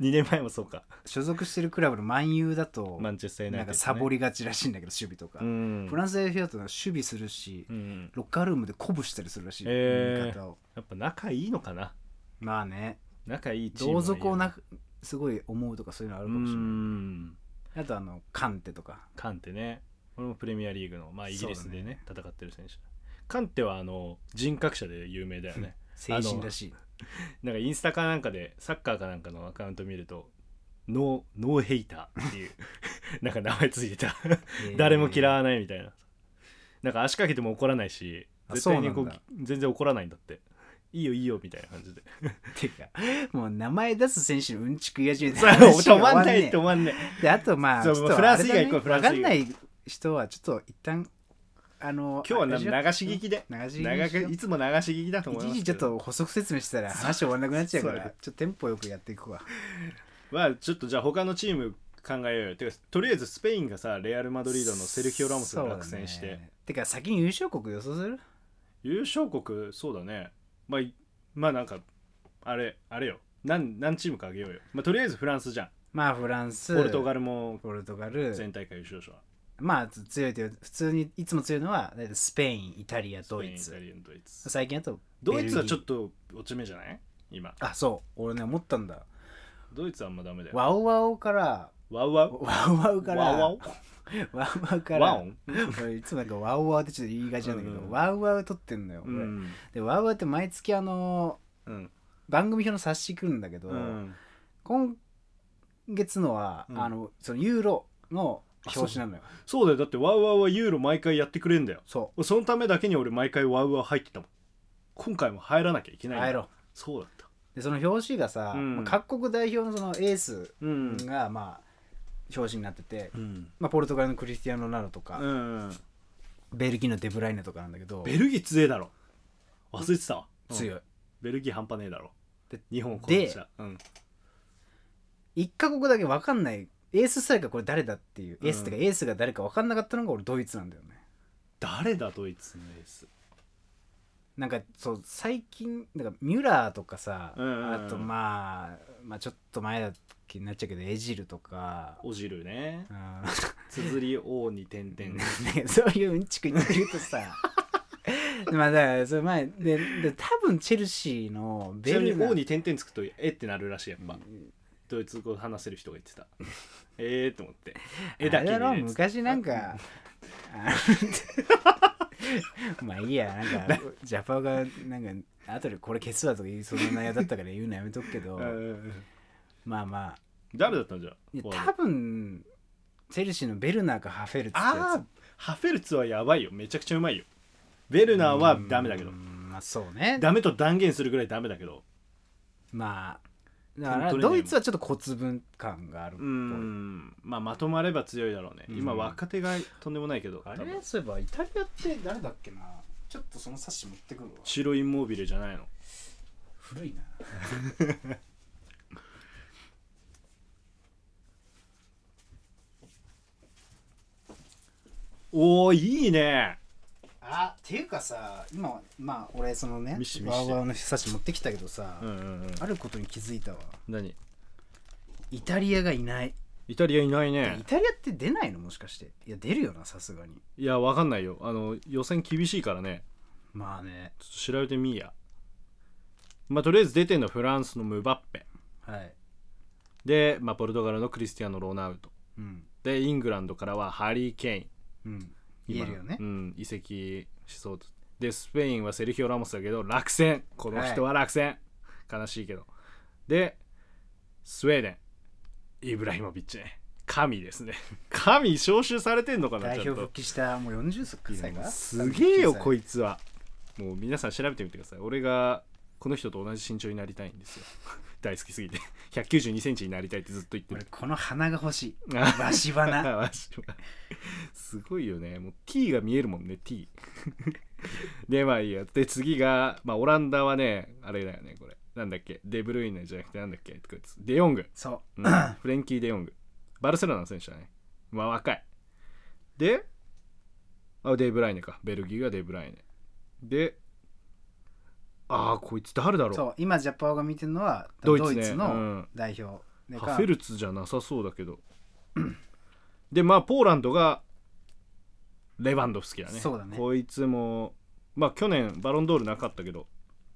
[SPEAKER 1] 2年前もそうか。
[SPEAKER 2] 所属してるクラブの万有だと
[SPEAKER 1] マンチェスター・ユナ
[SPEAKER 2] な
[SPEAKER 1] イ
[SPEAKER 2] ん
[SPEAKER 1] テッドね
[SPEAKER 2] かサボりがちらしいんだけど守備とか、
[SPEAKER 1] うん。
[SPEAKER 2] フランス代表だと守備するし、
[SPEAKER 1] うん。
[SPEAKER 2] ロッカールームで鼓舞したりするらしい、
[SPEAKER 1] へー
[SPEAKER 2] 味方を
[SPEAKER 1] やっぱ仲いいのかな。
[SPEAKER 2] まあね
[SPEAKER 1] 仲いいチーム
[SPEAKER 2] 同
[SPEAKER 1] はいいよね。
[SPEAKER 2] 族をなすごい思うとかそういうのある
[SPEAKER 1] う
[SPEAKER 2] かもしれない、
[SPEAKER 1] ん。
[SPEAKER 2] あとあのカンテとか
[SPEAKER 1] カンテねこれもプレミアリーグの、まあ、イギリスでね戦ってる選手カンテはあの人格者で有名だよ ね
[SPEAKER 2] 精神らしい
[SPEAKER 1] なんかインスタかなんかでサッカーかなんかのアカウント見るとノーノーヘイター っていうなんか名前ついてた誰も嫌
[SPEAKER 2] い、
[SPEAKER 1] わないみたいななんか足かけても怒らないし
[SPEAKER 2] あ
[SPEAKER 1] 絶対にこ
[SPEAKER 2] そう
[SPEAKER 1] う
[SPEAKER 2] なんだ
[SPEAKER 1] 全然怒らないんだっていいよいいよみたいな感じで
[SPEAKER 2] っていうかもう名前出す選手のうんちく言い始め
[SPEAKER 1] さ
[SPEAKER 2] た
[SPEAKER 1] あ
[SPEAKER 2] ら
[SPEAKER 1] 止 まんない止
[SPEAKER 2] で
[SPEAKER 1] まんない
[SPEAKER 2] あとまあ
[SPEAKER 1] そう
[SPEAKER 2] ちょっと
[SPEAKER 1] フランス以外行こう
[SPEAKER 2] あれだ
[SPEAKER 1] フラ
[SPEAKER 2] ねわか
[SPEAKER 1] ン
[SPEAKER 2] んない人はちょっと一旦あの
[SPEAKER 1] 今日はな
[SPEAKER 2] あれしよう
[SPEAKER 1] 流し聞きで
[SPEAKER 2] 流し聞き
[SPEAKER 1] 長
[SPEAKER 2] しよう
[SPEAKER 1] くいつも流し聞きだと思い
[SPEAKER 2] 一
[SPEAKER 1] ます
[SPEAKER 2] 時
[SPEAKER 1] け
[SPEAKER 2] ちょ
[SPEAKER 1] ど
[SPEAKER 2] っと補足説明してたら話終わんなくなっちゃうか
[SPEAKER 1] そう
[SPEAKER 2] らちょっとテンポよくやっていくわ
[SPEAKER 1] まあちょっとじゃあ他のチーム考えようよてかとりあえずスペインがさレアル・マドリードのセルヒオ・ラモスが落選して、
[SPEAKER 2] そうだねてか先に優勝国予想する
[SPEAKER 1] 優勝国そうだねまあいまあなんかあれあれよ何何チームかあげようよ、まあ、とりあえずフランスじゃん
[SPEAKER 2] まあフランス
[SPEAKER 1] ポルトガ
[SPEAKER 2] ル
[SPEAKER 1] ルも
[SPEAKER 2] ポルトガル
[SPEAKER 1] 全大会優勝者
[SPEAKER 2] まあ強いという普通にいつも強いのは大体スペインイタリアドイ
[SPEAKER 1] スペンイ
[SPEAKER 2] ツ
[SPEAKER 1] タリアドイツ
[SPEAKER 2] 最近だと
[SPEAKER 1] ドイツは
[SPEAKER 2] ベルギー
[SPEAKER 1] ちょっと落ち目じゃない今
[SPEAKER 2] あそう俺ね思ったんだ
[SPEAKER 1] ドイツはあんまダメだよ
[SPEAKER 2] ワオワオから
[SPEAKER 1] ワウワウ
[SPEAKER 2] ワオワオから
[SPEAKER 1] ワウワウ
[SPEAKER 2] ワオワオから
[SPEAKER 1] ワオン
[SPEAKER 2] 俺いつもなんかワオワオってちょっと言いがちなんだけど、
[SPEAKER 1] うん
[SPEAKER 2] ワオワオ撮ってんのよ、
[SPEAKER 1] う
[SPEAKER 2] 俺
[SPEAKER 1] ん
[SPEAKER 2] でワオワオって毎月あの
[SPEAKER 1] うん
[SPEAKER 2] 番組表の冊子来るんだけど、
[SPEAKER 1] うん
[SPEAKER 2] 今月のは、
[SPEAKER 1] うん
[SPEAKER 2] あのそのユーロの表紙なのよ
[SPEAKER 1] そうだよだってワウワウはユーロ毎回やってくれんだよ
[SPEAKER 2] そ
[SPEAKER 1] そのためだけに俺毎回ワウワウ入ってたもん今回も入らなきゃいけ
[SPEAKER 2] う
[SPEAKER 1] ないんだ
[SPEAKER 2] 入ろう
[SPEAKER 1] そうだった
[SPEAKER 2] でその表紙がさ、
[SPEAKER 1] うん
[SPEAKER 2] まあ各国代表のそのエース
[SPEAKER 1] うん
[SPEAKER 2] がまあ表紙になってて、
[SPEAKER 1] うん、
[SPEAKER 2] まあ、ポルトガルのクリスティアーノ・ロナウドとか、
[SPEAKER 1] うん、
[SPEAKER 2] ベルギーのデブライネとかなんだけど
[SPEAKER 1] ベルギー強えだろ忘れてたわい
[SPEAKER 2] 強い
[SPEAKER 1] ベルギー半端ねえだろ
[SPEAKER 2] で
[SPEAKER 1] 日本を殺したうん
[SPEAKER 2] 一カ国だけ分かんないエースストライカーこれ誰だっていう、
[SPEAKER 1] うん
[SPEAKER 2] エースってかエースが誰か分かんなかったのが俺ドイツなんだよね
[SPEAKER 1] 誰だドイツのエース
[SPEAKER 2] なんかそう最近だからミュラーとかさ、
[SPEAKER 1] うんうんうん
[SPEAKER 2] あとまあまあちょっと前だっけになっちゃうけどエジルとか、
[SPEAKER 1] おじるね
[SPEAKER 2] うん
[SPEAKER 1] 綴り王に点々
[SPEAKER 2] ねそういううんちく言ってるとさまあだからそれ前でで多分チェルシーの
[SPEAKER 1] ち
[SPEAKER 2] ベ
[SPEAKER 1] なみに
[SPEAKER 2] ルナ
[SPEAKER 1] 王に点々つくとえってなるらしいやっぱ、
[SPEAKER 2] うん
[SPEAKER 1] ドイツ語話せる人が言ってたええと思って
[SPEAKER 2] あれ
[SPEAKER 1] 絵だけ
[SPEAKER 2] だろ
[SPEAKER 1] 見れてた
[SPEAKER 2] 昔なんかあまあいいやなんかジャパオがなんか後でこれ消すわとか言いそうな内容だったから言うのやめとくけど
[SPEAKER 1] うんうんうん
[SPEAKER 2] まあまあ
[SPEAKER 1] 誰だったんじゃ
[SPEAKER 2] いや
[SPEAKER 1] フォワード
[SPEAKER 2] 多分チェルシーのベルナーかハフェルツってやつ
[SPEAKER 1] ああハフェルツはやばいよめちゃくちゃうまいよベルナーはダメだけど
[SPEAKER 2] うんまあそうね
[SPEAKER 1] ダメと断言するぐらいダメだけど
[SPEAKER 2] まあだから
[SPEAKER 1] 点取れないも
[SPEAKER 2] ド
[SPEAKER 1] ん
[SPEAKER 2] イツはちょっと小粒感があるっ
[SPEAKER 1] う
[SPEAKER 2] ぽい
[SPEAKER 1] んまあまとまれば強いだろうね
[SPEAKER 2] うん
[SPEAKER 1] 今若手がとんでもないけど
[SPEAKER 2] あ
[SPEAKER 1] 多
[SPEAKER 2] れ
[SPEAKER 1] 分
[SPEAKER 2] そういえばイタリアって誰だっけなちょっとその冊子持ってくるわ
[SPEAKER 1] 白インモービルじゃないの
[SPEAKER 2] 古いな
[SPEAKER 1] おおいいね
[SPEAKER 2] あっていうかさ今まあ俺そのね
[SPEAKER 1] 見して見
[SPEAKER 2] ワ
[SPEAKER 1] し
[SPEAKER 2] ー
[SPEAKER 1] て
[SPEAKER 2] ワーの冊子持ってきたけどさ、
[SPEAKER 1] うんうんうん
[SPEAKER 2] あることに気づいたわ
[SPEAKER 1] 何
[SPEAKER 2] イタリアがいない
[SPEAKER 1] イタリアいない
[SPEAKER 2] イ
[SPEAKER 1] ね
[SPEAKER 2] タリアって出ないのもしかしていや出るよなさすがに
[SPEAKER 1] いやわかんないよあの予選厳しいからね
[SPEAKER 2] まあね
[SPEAKER 1] ちょっと調べてみいやまあとりあえず出てんのはフランスのムバッペ
[SPEAKER 2] はい
[SPEAKER 1] で、まあ、ポルトガルのクリスティアーノ・ロナウド
[SPEAKER 2] うん
[SPEAKER 1] でイングランドからはハリー・ケイン
[SPEAKER 2] うん言
[SPEAKER 1] 今
[SPEAKER 2] えるよね
[SPEAKER 1] うん、移籍しそうとでスペインはセルヒオ・ラモスだけど落選この人は落選、悲しいけどでスウェーデンイブラヒモビッチね神ですね 神招集されてんのかな
[SPEAKER 2] 代
[SPEAKER 1] ち
[SPEAKER 2] 表
[SPEAKER 1] ゃんと
[SPEAKER 2] 復帰したもう40歳か
[SPEAKER 1] すげえよこ
[SPEAKER 2] い
[SPEAKER 1] いつはもう皆さん調べてみてください俺がこの人と同じ身長になりたいんですよ 大好きすぎて1 9 2センチになりたいってずっと言って
[SPEAKER 2] 俺
[SPEAKER 1] る
[SPEAKER 2] この鼻が欲しい
[SPEAKER 1] あ
[SPEAKER 2] わ し花
[SPEAKER 1] わしはすごいよねもう T が見えるもんね T でまあいいやで次が、まあ、オランダはねあれだよねこれなんだっけデブルイネじゃなくてなんだっけこいつデヨング、
[SPEAKER 2] そう
[SPEAKER 1] うんフレンキー・デヨングバルセロナの選手だねまあ若いであデブライネかベルギーがデブライネでああこいつ誰だろう
[SPEAKER 2] そう今ジャパオが見てるのは
[SPEAKER 1] ド
[SPEAKER 2] ド
[SPEAKER 1] イ
[SPEAKER 2] イ
[SPEAKER 1] ツね
[SPEAKER 2] ツ
[SPEAKER 1] う
[SPEAKER 2] の
[SPEAKER 1] ん
[SPEAKER 2] 代表で
[SPEAKER 1] ハフェルツじゃなさそうだけどでまあポーランドがレバンドフスキだね
[SPEAKER 2] そうだね
[SPEAKER 1] こいつもまあ去年バロンドールなかったけど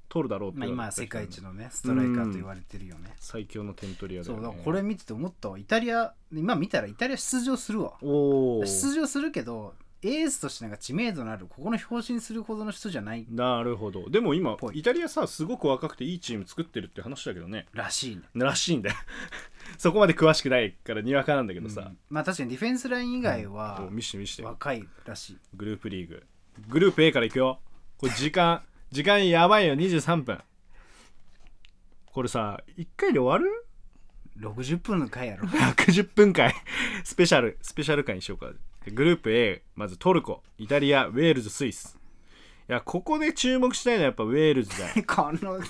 [SPEAKER 1] 取るだろうって
[SPEAKER 2] まあ、
[SPEAKER 1] 言
[SPEAKER 2] 今
[SPEAKER 1] われ
[SPEAKER 2] は
[SPEAKER 1] てた
[SPEAKER 2] 世
[SPEAKER 1] 人ね
[SPEAKER 2] 界一のねストライカーと言われてるよね
[SPEAKER 1] 最強の点取り屋だ
[SPEAKER 2] そ
[SPEAKER 1] よ
[SPEAKER 2] う
[SPEAKER 1] ね
[SPEAKER 2] だからこれ見てて思ったわイタリア今見たらイタリア出場するわ
[SPEAKER 1] おお
[SPEAKER 2] 出場するけどエースとしてなんか知名度のあるここの表紙にするほどの人じゃない
[SPEAKER 1] なるほどでも今
[SPEAKER 2] ぽい
[SPEAKER 1] イタリアさすごく若くていいチーム作ってるって話だけどね
[SPEAKER 2] らしいね
[SPEAKER 1] らしいんだよ そこまで詳しくないからにわかなんだけどさ、
[SPEAKER 2] まあ確かにディフェンスライン以外は
[SPEAKER 1] お見して見して
[SPEAKER 2] 若いらしい
[SPEAKER 1] グループリーググループ A からいくよこれ時間 時間やばいよ23分これさ1回で終わる
[SPEAKER 2] 60分の回やろ
[SPEAKER 1] 110分回スペシャルスペシャル回にしようかグループ A まずトルコイタリアウェールズスイスいやここで注目したいのはやっぱウェールズだよ
[SPEAKER 2] この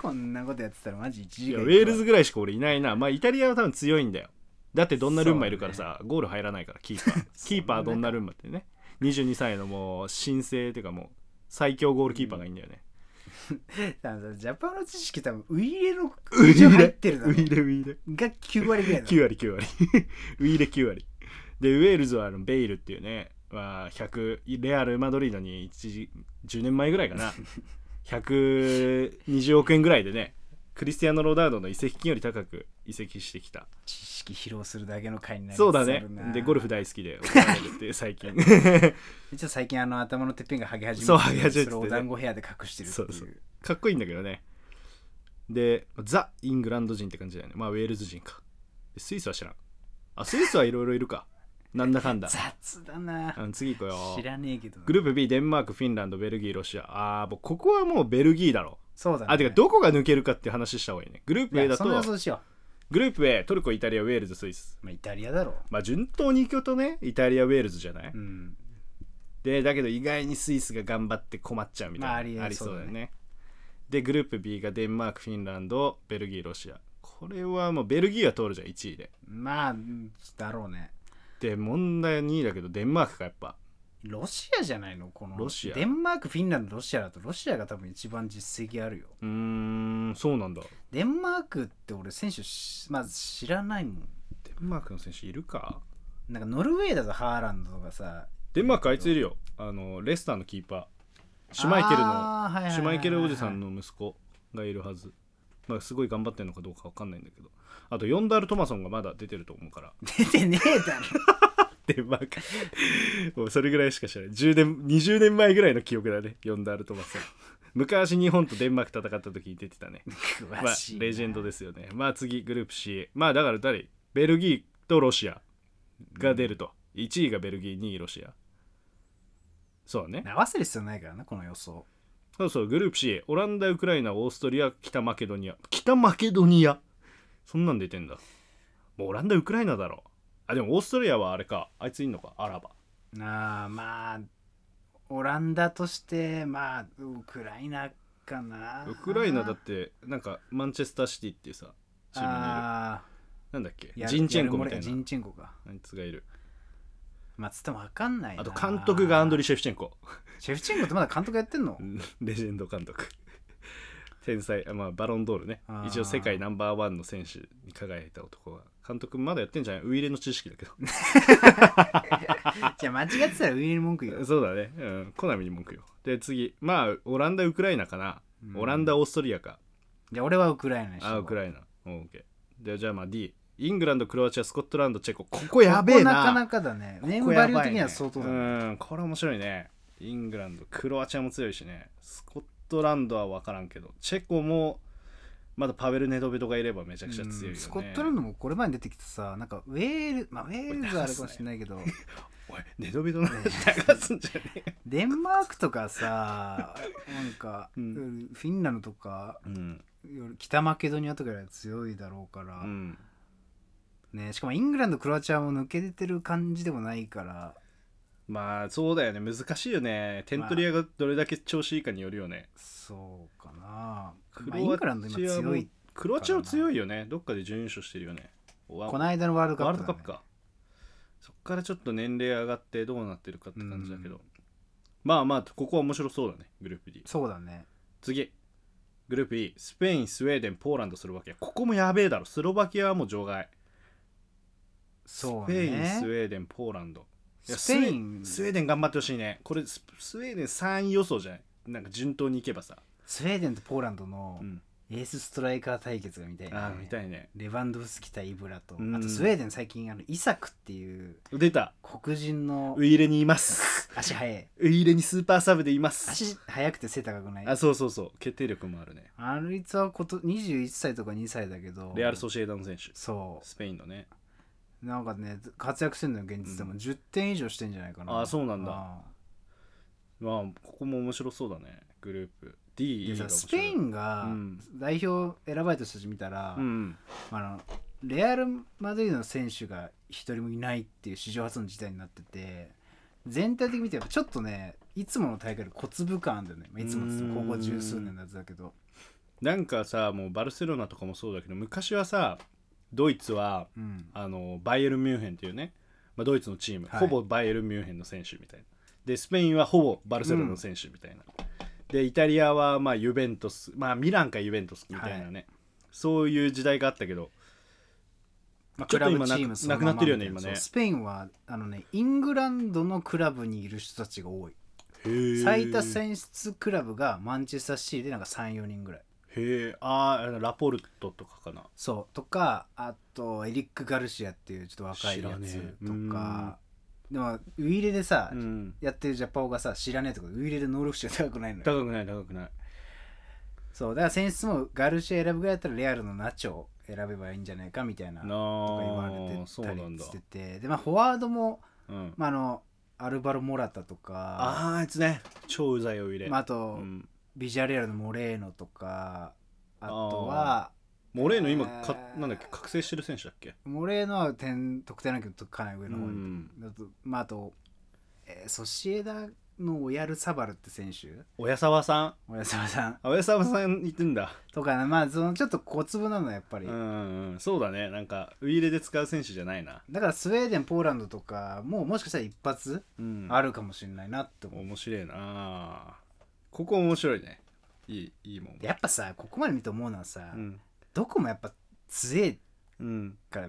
[SPEAKER 2] こんなことやってたらマジ1
[SPEAKER 1] い
[SPEAKER 2] 時
[SPEAKER 1] や
[SPEAKER 2] 間
[SPEAKER 1] ウェールズぐらいしか俺いないなまあイタリアは多分強いんだよだってどんなルンマいるからさ、ゴール入らないから キーパーキーパーどんなルンマってね22歳のもう新星っていうかもう最強ゴールキーパーがいいんだよね、
[SPEAKER 2] あのさジャパンの知識 多分ウイイレの
[SPEAKER 1] ウイレ
[SPEAKER 2] 入ってるだ
[SPEAKER 1] ウ
[SPEAKER 2] ろ
[SPEAKER 1] イレウイレ
[SPEAKER 2] が9割ぐらいだろ
[SPEAKER 1] 9割9割 ウイレ9割でウェールズはあのベイルっていうね、まあ、100レアル・マドリードに一時10年前ぐらいか な120億円ぐらいでねクリスティアーノ・ロナウドの移籍金より高く移籍してきた
[SPEAKER 2] 知識披露するだけの回になりつつ
[SPEAKER 1] そうだ
[SPEAKER 2] あ
[SPEAKER 1] ね
[SPEAKER 2] るな
[SPEAKER 1] でゴルフ大好きで怒られるっていう最 近か
[SPEAKER 2] 一応最近あの頭のてっぺんがハゲ始めて
[SPEAKER 1] そうハゲ始めててね
[SPEAKER 2] それをお団子ヘアで隠してるっていう
[SPEAKER 1] そうそうっこいいんだけどねでザ・イングランド人って感じだよねまあウェールズ人かでスイスは知らんあスイスはいろいろいるかなんだか んだ、
[SPEAKER 2] 雑だな
[SPEAKER 1] うん、次行こうよ
[SPEAKER 2] 知らねえけど
[SPEAKER 1] グループ B デンマークフィンランドベルギーロシアあーもうここはもうベルギーだろ
[SPEAKER 2] そうだね
[SPEAKER 1] あてかどこが抜けるかって話した方がいいねグループ A だ
[SPEAKER 2] その予想
[SPEAKER 1] と
[SPEAKER 2] しよ
[SPEAKER 1] グループ A トルコイタリアウェールズスイス
[SPEAKER 2] う、まあ、イタリアだろ
[SPEAKER 1] まあ順当に行くとねイタリアウェールズじゃない、
[SPEAKER 2] う、うん、
[SPEAKER 1] でだけど意外にスイスが頑張って困っちゃうみたいな、
[SPEAKER 2] まあ
[SPEAKER 1] あ
[SPEAKER 2] あり
[SPEAKER 1] り
[SPEAKER 2] えそ
[SPEAKER 1] そう
[SPEAKER 2] うだ
[SPEAKER 1] だ
[SPEAKER 2] ね
[SPEAKER 1] よねでグループ B がデンマークフィンランドベルギーロシアこれはもうベルギーは通るじゃん1位で
[SPEAKER 2] まあうんだろうね
[SPEAKER 1] で問題は2位だけどデンマークかやっぱ
[SPEAKER 2] ロシアじゃないのこの
[SPEAKER 1] ロシア
[SPEAKER 2] デンマークフィンランドロシアだとロシアが多分一番実績あるよ
[SPEAKER 1] うーんそうなんだ
[SPEAKER 2] デンマークって俺選手しまあ知らないもん
[SPEAKER 1] デンマークの選手いるか
[SPEAKER 2] なんかノルウェーだとハーランドとかさ
[SPEAKER 1] デンマークあいついるよあのレスターのキーパーシュマイケルの
[SPEAKER 2] あーはいはいはいはい
[SPEAKER 1] シュマイケルおじさんの息子がいるはずまあすごい頑張ってるのかどうかわかんないんだけどあとヨンダル・トマソンがまだ出てると思うから
[SPEAKER 2] 出てねえだろ
[SPEAKER 1] デンマーク もうそれぐらいしか知らない10年20年前ぐらいの記憶だねヨンダール・トマソン昔日本とデンマーク戦った時に出てたね、まあ、
[SPEAKER 2] 詳
[SPEAKER 1] レ
[SPEAKER 2] しい
[SPEAKER 1] ジェ
[SPEAKER 2] な、
[SPEAKER 1] ンドですよねまあ次グループ C まあだから誰ベルギーとロシアが出ると、1位がベルギー2位ロシアそうだね
[SPEAKER 2] 合わせる必要ないからなこの予想
[SPEAKER 1] そうそうグループ C オランダウクライナオーストリア北マケドニア北マケドニアそんなん出てんだもうオランダウクライナだろあでもオーストリアはあれかあいついんのかアラバ
[SPEAKER 2] なあまあオランダとしてまあウクライナかな
[SPEAKER 1] ウクライナだってなんかマンチェスターシティっていうさチームにいる
[SPEAKER 2] あ
[SPEAKER 1] なんだっけ
[SPEAKER 2] ーや
[SPEAKER 1] ジンチェンコみた
[SPEAKER 2] や
[SPEAKER 1] い
[SPEAKER 2] るもれ
[SPEAKER 1] な
[SPEAKER 2] ジンチェンコか
[SPEAKER 1] あいつがいる
[SPEAKER 2] まあつっても分かんないな
[SPEAKER 1] あと監督がアンドリー・シェフチェンコ
[SPEAKER 2] シェフチェンコってまだ監督やってん の
[SPEAKER 1] レジェンド監督天才あまあバロンドールね
[SPEAKER 2] あー
[SPEAKER 1] 一応世界ナンバーワンの選手に輝いた男が監督まだやってんじゃないウイイレの知識だけど
[SPEAKER 2] じゃあ間違ってたらウィリー文句言う
[SPEAKER 1] そうだねうんコナミに文句よで次まあオランダウクライナかな、
[SPEAKER 2] うん
[SPEAKER 1] オランダオーストリアか
[SPEAKER 2] じゃあ俺はウクライナにし
[SPEAKER 1] あウク
[SPEAKER 2] イ
[SPEAKER 1] ライナオーケーでじゃあまあ D イングランドクロアチアスコットランドチェコここやべえな
[SPEAKER 2] なかなかだねネームバリュー的には相当だ、
[SPEAKER 1] う
[SPEAKER 2] ね、
[SPEAKER 1] んこれ面白いねイングランドクロアチアも強いしねスコットランドは分からんけどチェコもまだパベル・ネドベドがいればめちゃくちゃ強いよね、
[SPEAKER 2] スコットラン
[SPEAKER 1] ド
[SPEAKER 2] ドもこれ前に出てきてさなんかウ ェールまあウェールズはあれかもしれないけど
[SPEAKER 1] おいネドベドの話流すんじゃねえ
[SPEAKER 2] デンマークとかさなんか、
[SPEAKER 1] うん
[SPEAKER 2] フィンランドとか
[SPEAKER 1] うん、
[SPEAKER 2] 北マケドニアとかよりは強いだろうか
[SPEAKER 1] う
[SPEAKER 2] ら、
[SPEAKER 1] ん、
[SPEAKER 2] ね、しかもイングランドクロアチアも抜け出てる感じでもないから
[SPEAKER 1] まあそうだよね難しいよね点取り屋がどれだけ調子いいかによるよね、
[SPEAKER 2] そうかな、
[SPEAKER 1] ク
[SPEAKER 2] まあ、イングランド今
[SPEAKER 1] ロアチアも
[SPEAKER 2] 強い
[SPEAKER 1] クロアチアも強いよねどっかで準優勝してるよねわ
[SPEAKER 2] この間のワールドカ
[SPEAKER 1] ワー
[SPEAKER 2] ッ
[SPEAKER 1] ル
[SPEAKER 2] プ,、
[SPEAKER 1] ドカップかそっからちょっと年齢上がってどうなってるかって感じだけど、
[SPEAKER 2] うん
[SPEAKER 1] まあまあここは面白そうだねグループ D
[SPEAKER 2] そうだね
[SPEAKER 1] 次グループ E スペインスウェーデンポーランドスロバキアここもやべえだろスロバキアはもう除外
[SPEAKER 2] そう
[SPEAKER 1] スペイン
[SPEAKER 2] ね
[SPEAKER 1] スウェーデンポーランドいや
[SPEAKER 2] スペイン
[SPEAKER 1] スウェーデン頑張ってほしいねこれススウェーデン3位予想じゃないなんか順当にいけばさ、
[SPEAKER 2] スウェーデンとポーランドの
[SPEAKER 1] うん、
[SPEAKER 2] エースストライカー対決が見たいね、
[SPEAKER 1] ああ見たいね
[SPEAKER 2] レバンドフスキ対イブラと、
[SPEAKER 1] うん
[SPEAKER 2] あとスウェーデン最近あのイサクっていう
[SPEAKER 1] 出た
[SPEAKER 2] 黒人の
[SPEAKER 1] ウイイレにい ます
[SPEAKER 2] 足速い
[SPEAKER 1] ウイイレにスーパーサブでいます
[SPEAKER 2] 足速くて背高くない
[SPEAKER 1] あそうそうそう決定力もあるね
[SPEAKER 2] あのいつはこと21歳とか2歳だけど
[SPEAKER 1] レアル・ソシエダの選手
[SPEAKER 2] そ
[SPEAKER 1] スペインのね
[SPEAKER 2] うなんかね活躍してんのよ現実でも、
[SPEAKER 1] うん
[SPEAKER 2] 10点以上してんじゃないかな
[SPEAKER 1] あそうなんだ
[SPEAKER 2] ああ
[SPEAKER 1] まあここも面白そうだねグループ D が
[SPEAKER 2] でさ
[SPEAKER 1] 面白い
[SPEAKER 2] スペインが
[SPEAKER 1] うん
[SPEAKER 2] 代表選ばれた人たち見たら、
[SPEAKER 1] うん
[SPEAKER 2] あのレアル・マドリードの選手が一人もいないっていう史上初の事態になってて全体的に見てやっぱちょっとねいつもの大会より小粒感あるんだよねまあいつもっつっても高校十数年のやつだけど
[SPEAKER 1] なんかさもうバルセロナとかもそうだけど昔はさドイツは
[SPEAKER 2] うん
[SPEAKER 1] あのバイエルン・ミュンヘンっていうね、まあ、ドイツのチーム、
[SPEAKER 2] はい
[SPEAKER 1] ほぼバイエルン・ミュンヘンの選手みたいなでスペインはほぼバルセロナの選手みたいな、でイタリアはまあユベントスまあミランかユベントスみたいなね、そういう時代があったけど、まあ、ちょっと今なく
[SPEAKER 2] そ
[SPEAKER 1] な
[SPEAKER 2] の
[SPEAKER 1] く
[SPEAKER 2] ま
[SPEAKER 1] な
[SPEAKER 2] ま
[SPEAKER 1] ってるよね
[SPEAKER 2] み
[SPEAKER 1] 今
[SPEAKER 2] たいな
[SPEAKER 1] ね
[SPEAKER 2] そうスペインはあのねイングランドのクラブにいる人たちが多い
[SPEAKER 1] へえ
[SPEAKER 2] 最多選出クラブがマンチェスターシティでなんか34人ぐらい
[SPEAKER 1] へえああラポルトとかかな
[SPEAKER 2] そうとかあとエリック・ガルシアっていうちょっと若い
[SPEAKER 1] 知
[SPEAKER 2] や
[SPEAKER 1] らね
[SPEAKER 2] つ
[SPEAKER 1] え
[SPEAKER 2] とか、でもウイイレでさ、
[SPEAKER 1] うん
[SPEAKER 2] やってるジャパオがさ知らねえとかウイイレで能力値が高くないのよ
[SPEAKER 1] 高くない高くない
[SPEAKER 2] そうだから選出もガルシア選ぶぐらいだったらレアルのナチョを選べばいいんじゃないかみたいな
[SPEAKER 1] な
[SPEAKER 2] とか言われ
[SPEAKER 1] あ
[SPEAKER 2] て
[SPEAKER 1] そう
[SPEAKER 2] た
[SPEAKER 1] なん
[SPEAKER 2] り
[SPEAKER 1] だ
[SPEAKER 2] しててでまあフォワードも、
[SPEAKER 1] うん
[SPEAKER 2] まあ、あのアルバロ・モラタとか
[SPEAKER 1] ああいつね超うざいを入れ、
[SPEAKER 2] まあ、あと、
[SPEAKER 1] うん
[SPEAKER 2] ビジャレアルのモレーノとかあとは
[SPEAKER 1] モレーノ今か
[SPEAKER 2] えー
[SPEAKER 1] なんだっけ覚醒してる選手だっけ
[SPEAKER 2] モレーノは点得点ランキングかなり上の方に、
[SPEAKER 1] うん
[SPEAKER 2] あとまあ、あと、えーソシエダのオヤルサバルって選手
[SPEAKER 1] おやさわさん
[SPEAKER 2] オヤルサバルさん
[SPEAKER 1] あおやさわさん言ってんだ
[SPEAKER 2] とかなまあそのちょっと小粒なのやっぱり、
[SPEAKER 1] うんうんうんそうだねなんかウイイレで使う選手じゃないな、
[SPEAKER 2] だからスウェーデンポーランドとかもうもしかしたら一発
[SPEAKER 1] うん
[SPEAKER 2] あるかもしれないなって思う、
[SPEAKER 1] 面白いなここ面白いねいいいいもん
[SPEAKER 2] やっぱさここまで見て思うのはさ、
[SPEAKER 1] うん、
[SPEAKER 2] どこもやっぱ強え
[SPEAKER 1] うん、
[SPEAKER 2] から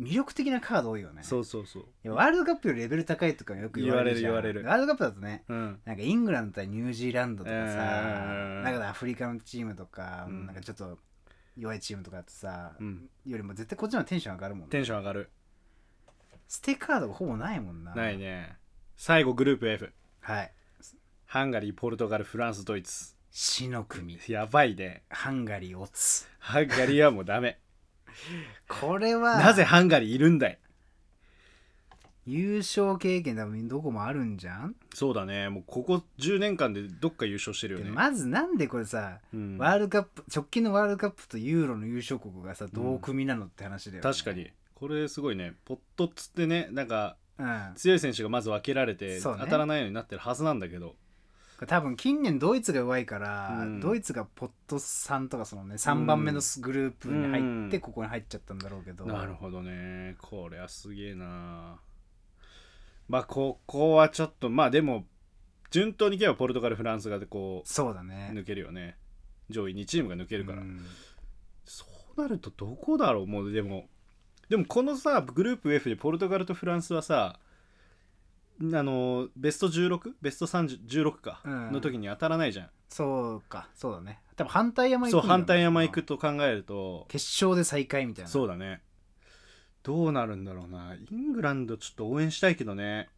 [SPEAKER 2] 魅力的なカード多いよね
[SPEAKER 1] そうそうそう
[SPEAKER 2] いやワールドカップよりレベル高いとかよく言われるじゃん
[SPEAKER 1] 言われる言われる
[SPEAKER 2] ワールドカップだとね
[SPEAKER 1] うん
[SPEAKER 2] なんかイングランド対ニュージーランドとかさ、
[SPEAKER 1] うん
[SPEAKER 2] なんかアフリカのチームとか、
[SPEAKER 1] うん
[SPEAKER 2] なんかちょっと弱いチームとかだとさ、
[SPEAKER 1] うん
[SPEAKER 2] よりも絶対こっちの方がテンション上がるもんね
[SPEAKER 1] テンション上がる
[SPEAKER 2] ステカードがほぼないもんな
[SPEAKER 1] ないね最後グループ F
[SPEAKER 2] はい
[SPEAKER 1] ハンガリーポルトガルフランスドイツ
[SPEAKER 2] 死の組
[SPEAKER 1] やばいね
[SPEAKER 2] ハンガリーオ ツ
[SPEAKER 1] ハンガリーはもうダ メ
[SPEAKER 2] これは
[SPEAKER 1] なぜハンガリーいるんだい
[SPEAKER 2] 優勝経験多分どこもあるんじゃん、
[SPEAKER 1] そうだねもうここ10年間でどっか優勝してるよ
[SPEAKER 2] で
[SPEAKER 1] ね、
[SPEAKER 2] まずなんでこれさ、
[SPEAKER 1] うん
[SPEAKER 2] ワールドカップ直近のワールドカップとユーロの優勝国がさ同組なのって話だよ、ね
[SPEAKER 1] 確かにこれすごいねポットっつってねなんか
[SPEAKER 2] うん
[SPEAKER 1] 強い選手がまず分けられて、
[SPEAKER 2] そう
[SPEAKER 1] 当
[SPEAKER 2] ね
[SPEAKER 1] たらないようになってるはずなんだけど
[SPEAKER 2] 多分近年ドイツが弱いから、
[SPEAKER 1] うん
[SPEAKER 2] ドイツがポット3とかそのね3番目のグループに入っ
[SPEAKER 1] う
[SPEAKER 2] て
[SPEAKER 1] ん
[SPEAKER 2] ここに入っちゃったんだろうけど、
[SPEAKER 1] なるほどねこりゃすげえなまあここはちょっとまあでも順当にいけばポルトガルフランスがこ
[SPEAKER 2] そうだ
[SPEAKER 1] う
[SPEAKER 2] ね
[SPEAKER 1] 抜けるよね上位2チームが抜けるから、
[SPEAKER 2] うん
[SPEAKER 1] そうなるとどこだろうもうでもでもこのさグループ F でポルトガルとフランスはさあのベスト16ベスト3016か、
[SPEAKER 2] うん
[SPEAKER 1] の時に当たらないじゃん
[SPEAKER 2] そうかそうだね多分反対山行く
[SPEAKER 1] そ
[SPEAKER 2] んだよ
[SPEAKER 1] う
[SPEAKER 2] ね
[SPEAKER 1] 反対山行くと考えると
[SPEAKER 2] 決勝で最下位みたいな
[SPEAKER 1] そうだねどうなるんだろうなイングランドちょっと応援したいけどね、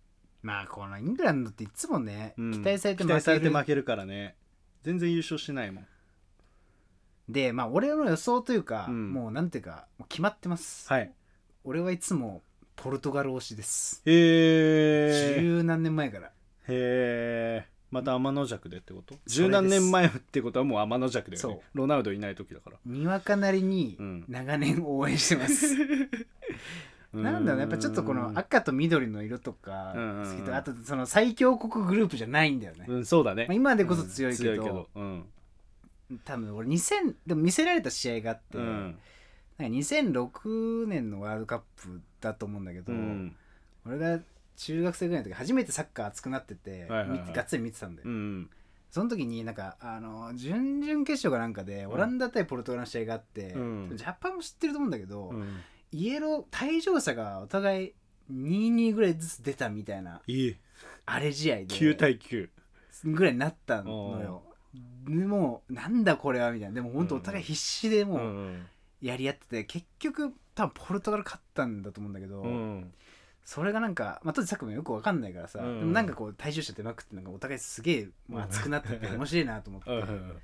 [SPEAKER 2] まあこのイングランドっていつもね、
[SPEAKER 1] うん
[SPEAKER 2] 期待されて
[SPEAKER 1] 期
[SPEAKER 2] 負
[SPEAKER 1] 待さ
[SPEAKER 2] け
[SPEAKER 1] れて
[SPEAKER 2] る
[SPEAKER 1] 負けるからね全然優勝しないもん
[SPEAKER 2] でまあ俺の予想というか、
[SPEAKER 1] うん
[SPEAKER 2] もうなんていうかもう決まってます、
[SPEAKER 1] はい
[SPEAKER 2] 俺はいつもポルトガル推しです
[SPEAKER 1] へえ
[SPEAKER 2] 十何年前から
[SPEAKER 1] へえまた天の弱でってこと
[SPEAKER 2] それです
[SPEAKER 1] 十何年前ってことはもう天の弱だよね
[SPEAKER 2] そ
[SPEAKER 1] ロナウドいない時だから
[SPEAKER 2] にわかなりに
[SPEAKER 1] うん
[SPEAKER 2] 長年応援してます、 なんだろうねやっぱちょっとこの赤と緑の色とか
[SPEAKER 1] うんうんうん
[SPEAKER 2] 好きとあとその最強国グループじゃないんだよね、
[SPEAKER 1] うんそうだね
[SPEAKER 2] まあ、今でこそ強いけど,、
[SPEAKER 1] うん強いけどうん
[SPEAKER 2] 多分俺2000でも見せられた試合があって、
[SPEAKER 1] うん
[SPEAKER 2] なんか2006年のワールドカップだと思うんだけど、
[SPEAKER 1] うん
[SPEAKER 2] 俺が中学生ぐらいの時初めてサッカー熱くなってて、
[SPEAKER 1] はいはいはい
[SPEAKER 2] 見てがっつり見てたんだよ、
[SPEAKER 1] うん
[SPEAKER 2] その時になんかあの準々決勝かなんかでオランダ対ポルトガルの試合があって、
[SPEAKER 1] うん
[SPEAKER 2] ジャパンも知ってると思うんだけど、
[SPEAKER 1] うん
[SPEAKER 2] イエロー退場者がお互い2-2ぐらいずつ出たみたいない
[SPEAKER 1] い
[SPEAKER 2] あれ試合で
[SPEAKER 1] 9対9
[SPEAKER 2] ぐらいになったのよでもうなんだこれはみたいなでも本当お互い必死で
[SPEAKER 1] う
[SPEAKER 2] もうんやり合ってて結局多分ポルトガル勝ったんだと思うんだけど、
[SPEAKER 1] うん
[SPEAKER 2] それがなんか、まあ、当時サッカーもよくわかんないからさ、
[SPEAKER 1] うん
[SPEAKER 2] でもなんかこう退場者出まくってなんかお互いすげえもう熱くなってて
[SPEAKER 1] うん
[SPEAKER 2] 面白いなと思っ
[SPEAKER 1] うんう
[SPEAKER 2] て、
[SPEAKER 1] ん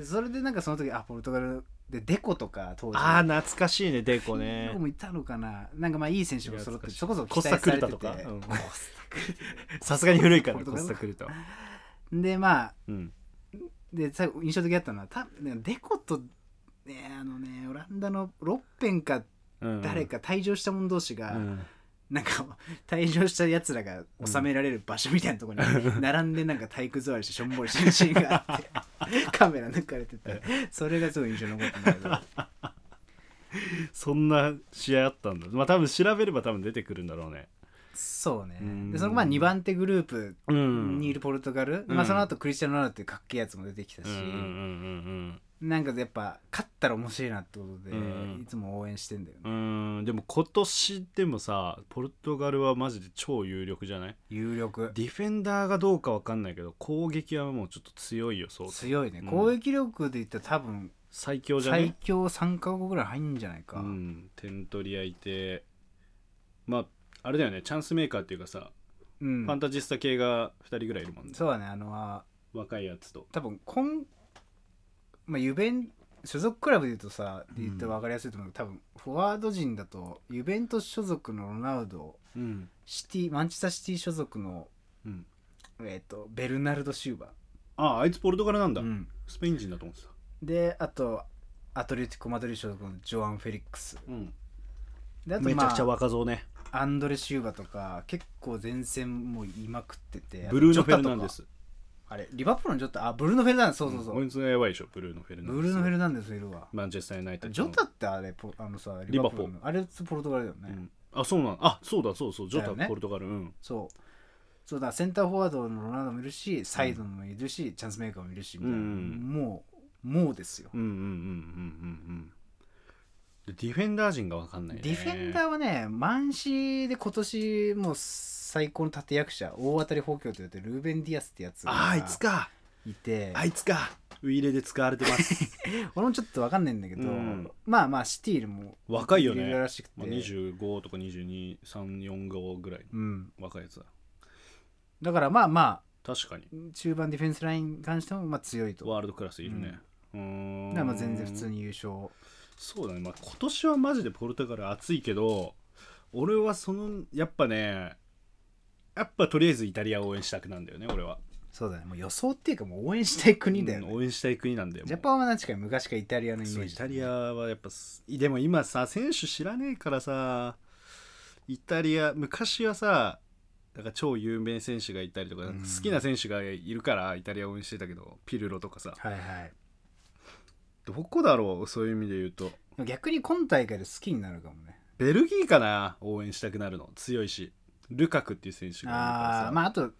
[SPEAKER 2] でそれでなんかその時あポルトガルでデコとか当時
[SPEAKER 1] あー懐かしいねデコね
[SPEAKER 2] どこもいたのかななんかまあいい選手も揃って
[SPEAKER 1] い
[SPEAKER 2] て
[SPEAKER 1] や
[SPEAKER 2] そこそこ
[SPEAKER 1] コ
[SPEAKER 2] 期
[SPEAKER 1] スタ
[SPEAKER 2] 待
[SPEAKER 1] ク
[SPEAKER 2] さ
[SPEAKER 1] ルタ
[SPEAKER 2] れて
[SPEAKER 1] と
[SPEAKER 2] て
[SPEAKER 1] かうん
[SPEAKER 2] コス
[SPEAKER 1] さすがに古いから
[SPEAKER 2] ポ
[SPEAKER 1] ね
[SPEAKER 2] ルト
[SPEAKER 1] コ
[SPEAKER 2] ガル
[SPEAKER 1] スタクルタは
[SPEAKER 2] タでまあ
[SPEAKER 1] うん
[SPEAKER 2] で最後印象的だったのは多分ねデコとねあのねオランダのロッペンか誰か退場した者同士が、
[SPEAKER 1] うん
[SPEAKER 2] なんか退場したやつらが収められる場所みたいなとこ ろに並んでなんか体育座りしてしょんぼりしてるシーンがあ ってカメラ抜かれててそれがすごい印象に残ったんだけど
[SPEAKER 1] そんな試合あったんだまあ多分調べれば多分出てくるんだろうね
[SPEAKER 2] そうね
[SPEAKER 1] うん
[SPEAKER 2] でそのまあ2番手グループ
[SPEAKER 1] う
[SPEAKER 2] にいるポルトガル、
[SPEAKER 1] うん
[SPEAKER 2] まあ、その後クリスチャン・ロナウドっていうかっけえやつも出てきたし、
[SPEAKER 1] うんうんうん
[SPEAKER 2] なんかやっぱ勝ったら面白いなってこと
[SPEAKER 1] う
[SPEAKER 2] で、
[SPEAKER 1] ん
[SPEAKER 2] いつも応援してんだよね、
[SPEAKER 1] うんうんうんでも今年でもさポルトガルはマジで超有力じゃない
[SPEAKER 2] 有力
[SPEAKER 1] ディフェンダーがどうか分かんないけど攻撃はもうちょっと強いよそう
[SPEAKER 2] 強いね、
[SPEAKER 1] うん
[SPEAKER 2] 攻撃力で言ったら多分
[SPEAKER 1] 最強じゃな
[SPEAKER 2] 最
[SPEAKER 1] い
[SPEAKER 2] 強3カ国ぐらい入んじゃないか、
[SPEAKER 1] うん点取り合いてまああれだよねチャンスメーカーっていうかさ、
[SPEAKER 2] うん
[SPEAKER 1] ファンタジスタ系が2人ぐらいいるもんね
[SPEAKER 2] そうだねあの
[SPEAKER 1] 若いやつと
[SPEAKER 2] 多分今まあ、ユベン所属クラブで言うとさって言ったら分かりやすいと思うけど、多分フォワード陣だとユベントス所属のロナウド
[SPEAKER 3] うん
[SPEAKER 2] シティマンチェスターシティ所属の、
[SPEAKER 3] うん
[SPEAKER 2] えー、とベルナルド・シューバ
[SPEAKER 1] ああいつポルトガルなんだ、
[SPEAKER 2] ー、うん
[SPEAKER 1] スペイン人だと思ってた
[SPEAKER 2] であとアトレティコ・マドリード所属のジョアン・フェリックス
[SPEAKER 1] うん
[SPEAKER 2] であと、
[SPEAKER 1] めちゃ
[SPEAKER 2] ま
[SPEAKER 1] くちゃ
[SPEAKER 2] あ、
[SPEAKER 1] 若造ね
[SPEAKER 2] アンドレ・シューバーとか結構前線もいまくってて
[SPEAKER 1] ブルーノ・
[SPEAKER 2] あと
[SPEAKER 1] フ
[SPEAKER 2] ジョ
[SPEAKER 1] ェ
[SPEAKER 2] タ
[SPEAKER 1] ル
[SPEAKER 2] と
[SPEAKER 1] ナ
[SPEAKER 2] か
[SPEAKER 1] ンデス
[SPEAKER 2] あれリバプールのちょっとあブルーノ・フェルナンデスそうそうそう、
[SPEAKER 1] こいつがやばいでしょブルーノ・フェルナンデス
[SPEAKER 2] ブルーノ・フェルナンデスいるわ
[SPEAKER 1] マンチェスター・ユナイテッド
[SPEAKER 2] ジョ
[SPEAKER 1] の
[SPEAKER 2] タってあれポあのさ
[SPEAKER 1] リバプール
[SPEAKER 2] のあれポルトガルだよね、
[SPEAKER 1] うんあそうなんあそうだそうそうジョ
[SPEAKER 2] だ
[SPEAKER 1] タ、
[SPEAKER 2] よね
[SPEAKER 1] ポルトガルうん
[SPEAKER 2] そうそうだセンターフォワードのロナウドもいるしサイドもいるし、チャンスメーカーもいるしみたいな、
[SPEAKER 1] うん
[SPEAKER 2] もうもうですよ、
[SPEAKER 1] うんうんうんうんうんうんでディフェンダー陣が分かんないね
[SPEAKER 2] ディフェンダーはねマンシーで今年もう最高の立役者大当たり補強と言われてるルーベン・ディアスってやつ
[SPEAKER 1] あ
[SPEAKER 2] が
[SPEAKER 1] あいつか
[SPEAKER 2] いて
[SPEAKER 1] あいつかウイレで使われてます
[SPEAKER 2] 俺もちょっと分かんないんだけど、
[SPEAKER 1] うん
[SPEAKER 2] まあまあシティも
[SPEAKER 1] 若いよね
[SPEAKER 2] 入れるらしくて、
[SPEAKER 1] まあ25とか2234号ぐらいの
[SPEAKER 2] うん、
[SPEAKER 1] 若いやつだ
[SPEAKER 2] だからまあま
[SPEAKER 1] 確かに
[SPEAKER 2] あ中盤ディフェンスラインに関してもまあ強いと
[SPEAKER 1] ワールドクラスいるねうーん
[SPEAKER 2] だからまあ全然普通に優勝
[SPEAKER 1] そうだね、まあ、今年はマジでポルトガル暑いけど俺はそのやっぱねやっぱとりあえずイタリアを応援したくなんだよね俺は、
[SPEAKER 2] そうだねもう予想っていうかもう応援したい国だよね、
[SPEAKER 1] うん応援したい国なんだよ
[SPEAKER 2] ジャ
[SPEAKER 1] ン
[SPEAKER 2] パンは何か昔からイタリアのイメ
[SPEAKER 1] そう
[SPEAKER 2] ー
[SPEAKER 1] イ
[SPEAKER 2] ジ
[SPEAKER 1] タリアはやっぱすでも今さ選手知らねえからさイタリア昔はさなんか超有名選手がいたりとかなんか好きな選手がいるからイタリアを応援してたけどピルロとかさ
[SPEAKER 2] はいはい
[SPEAKER 1] どこだろうそういう意味で言うと
[SPEAKER 2] でも逆に今大会で好きになるかもね
[SPEAKER 1] ベルギーかな応援したくなるの強いしルカクっていう選手がいるから
[SPEAKER 2] あ
[SPEAKER 1] さ
[SPEAKER 2] あまああと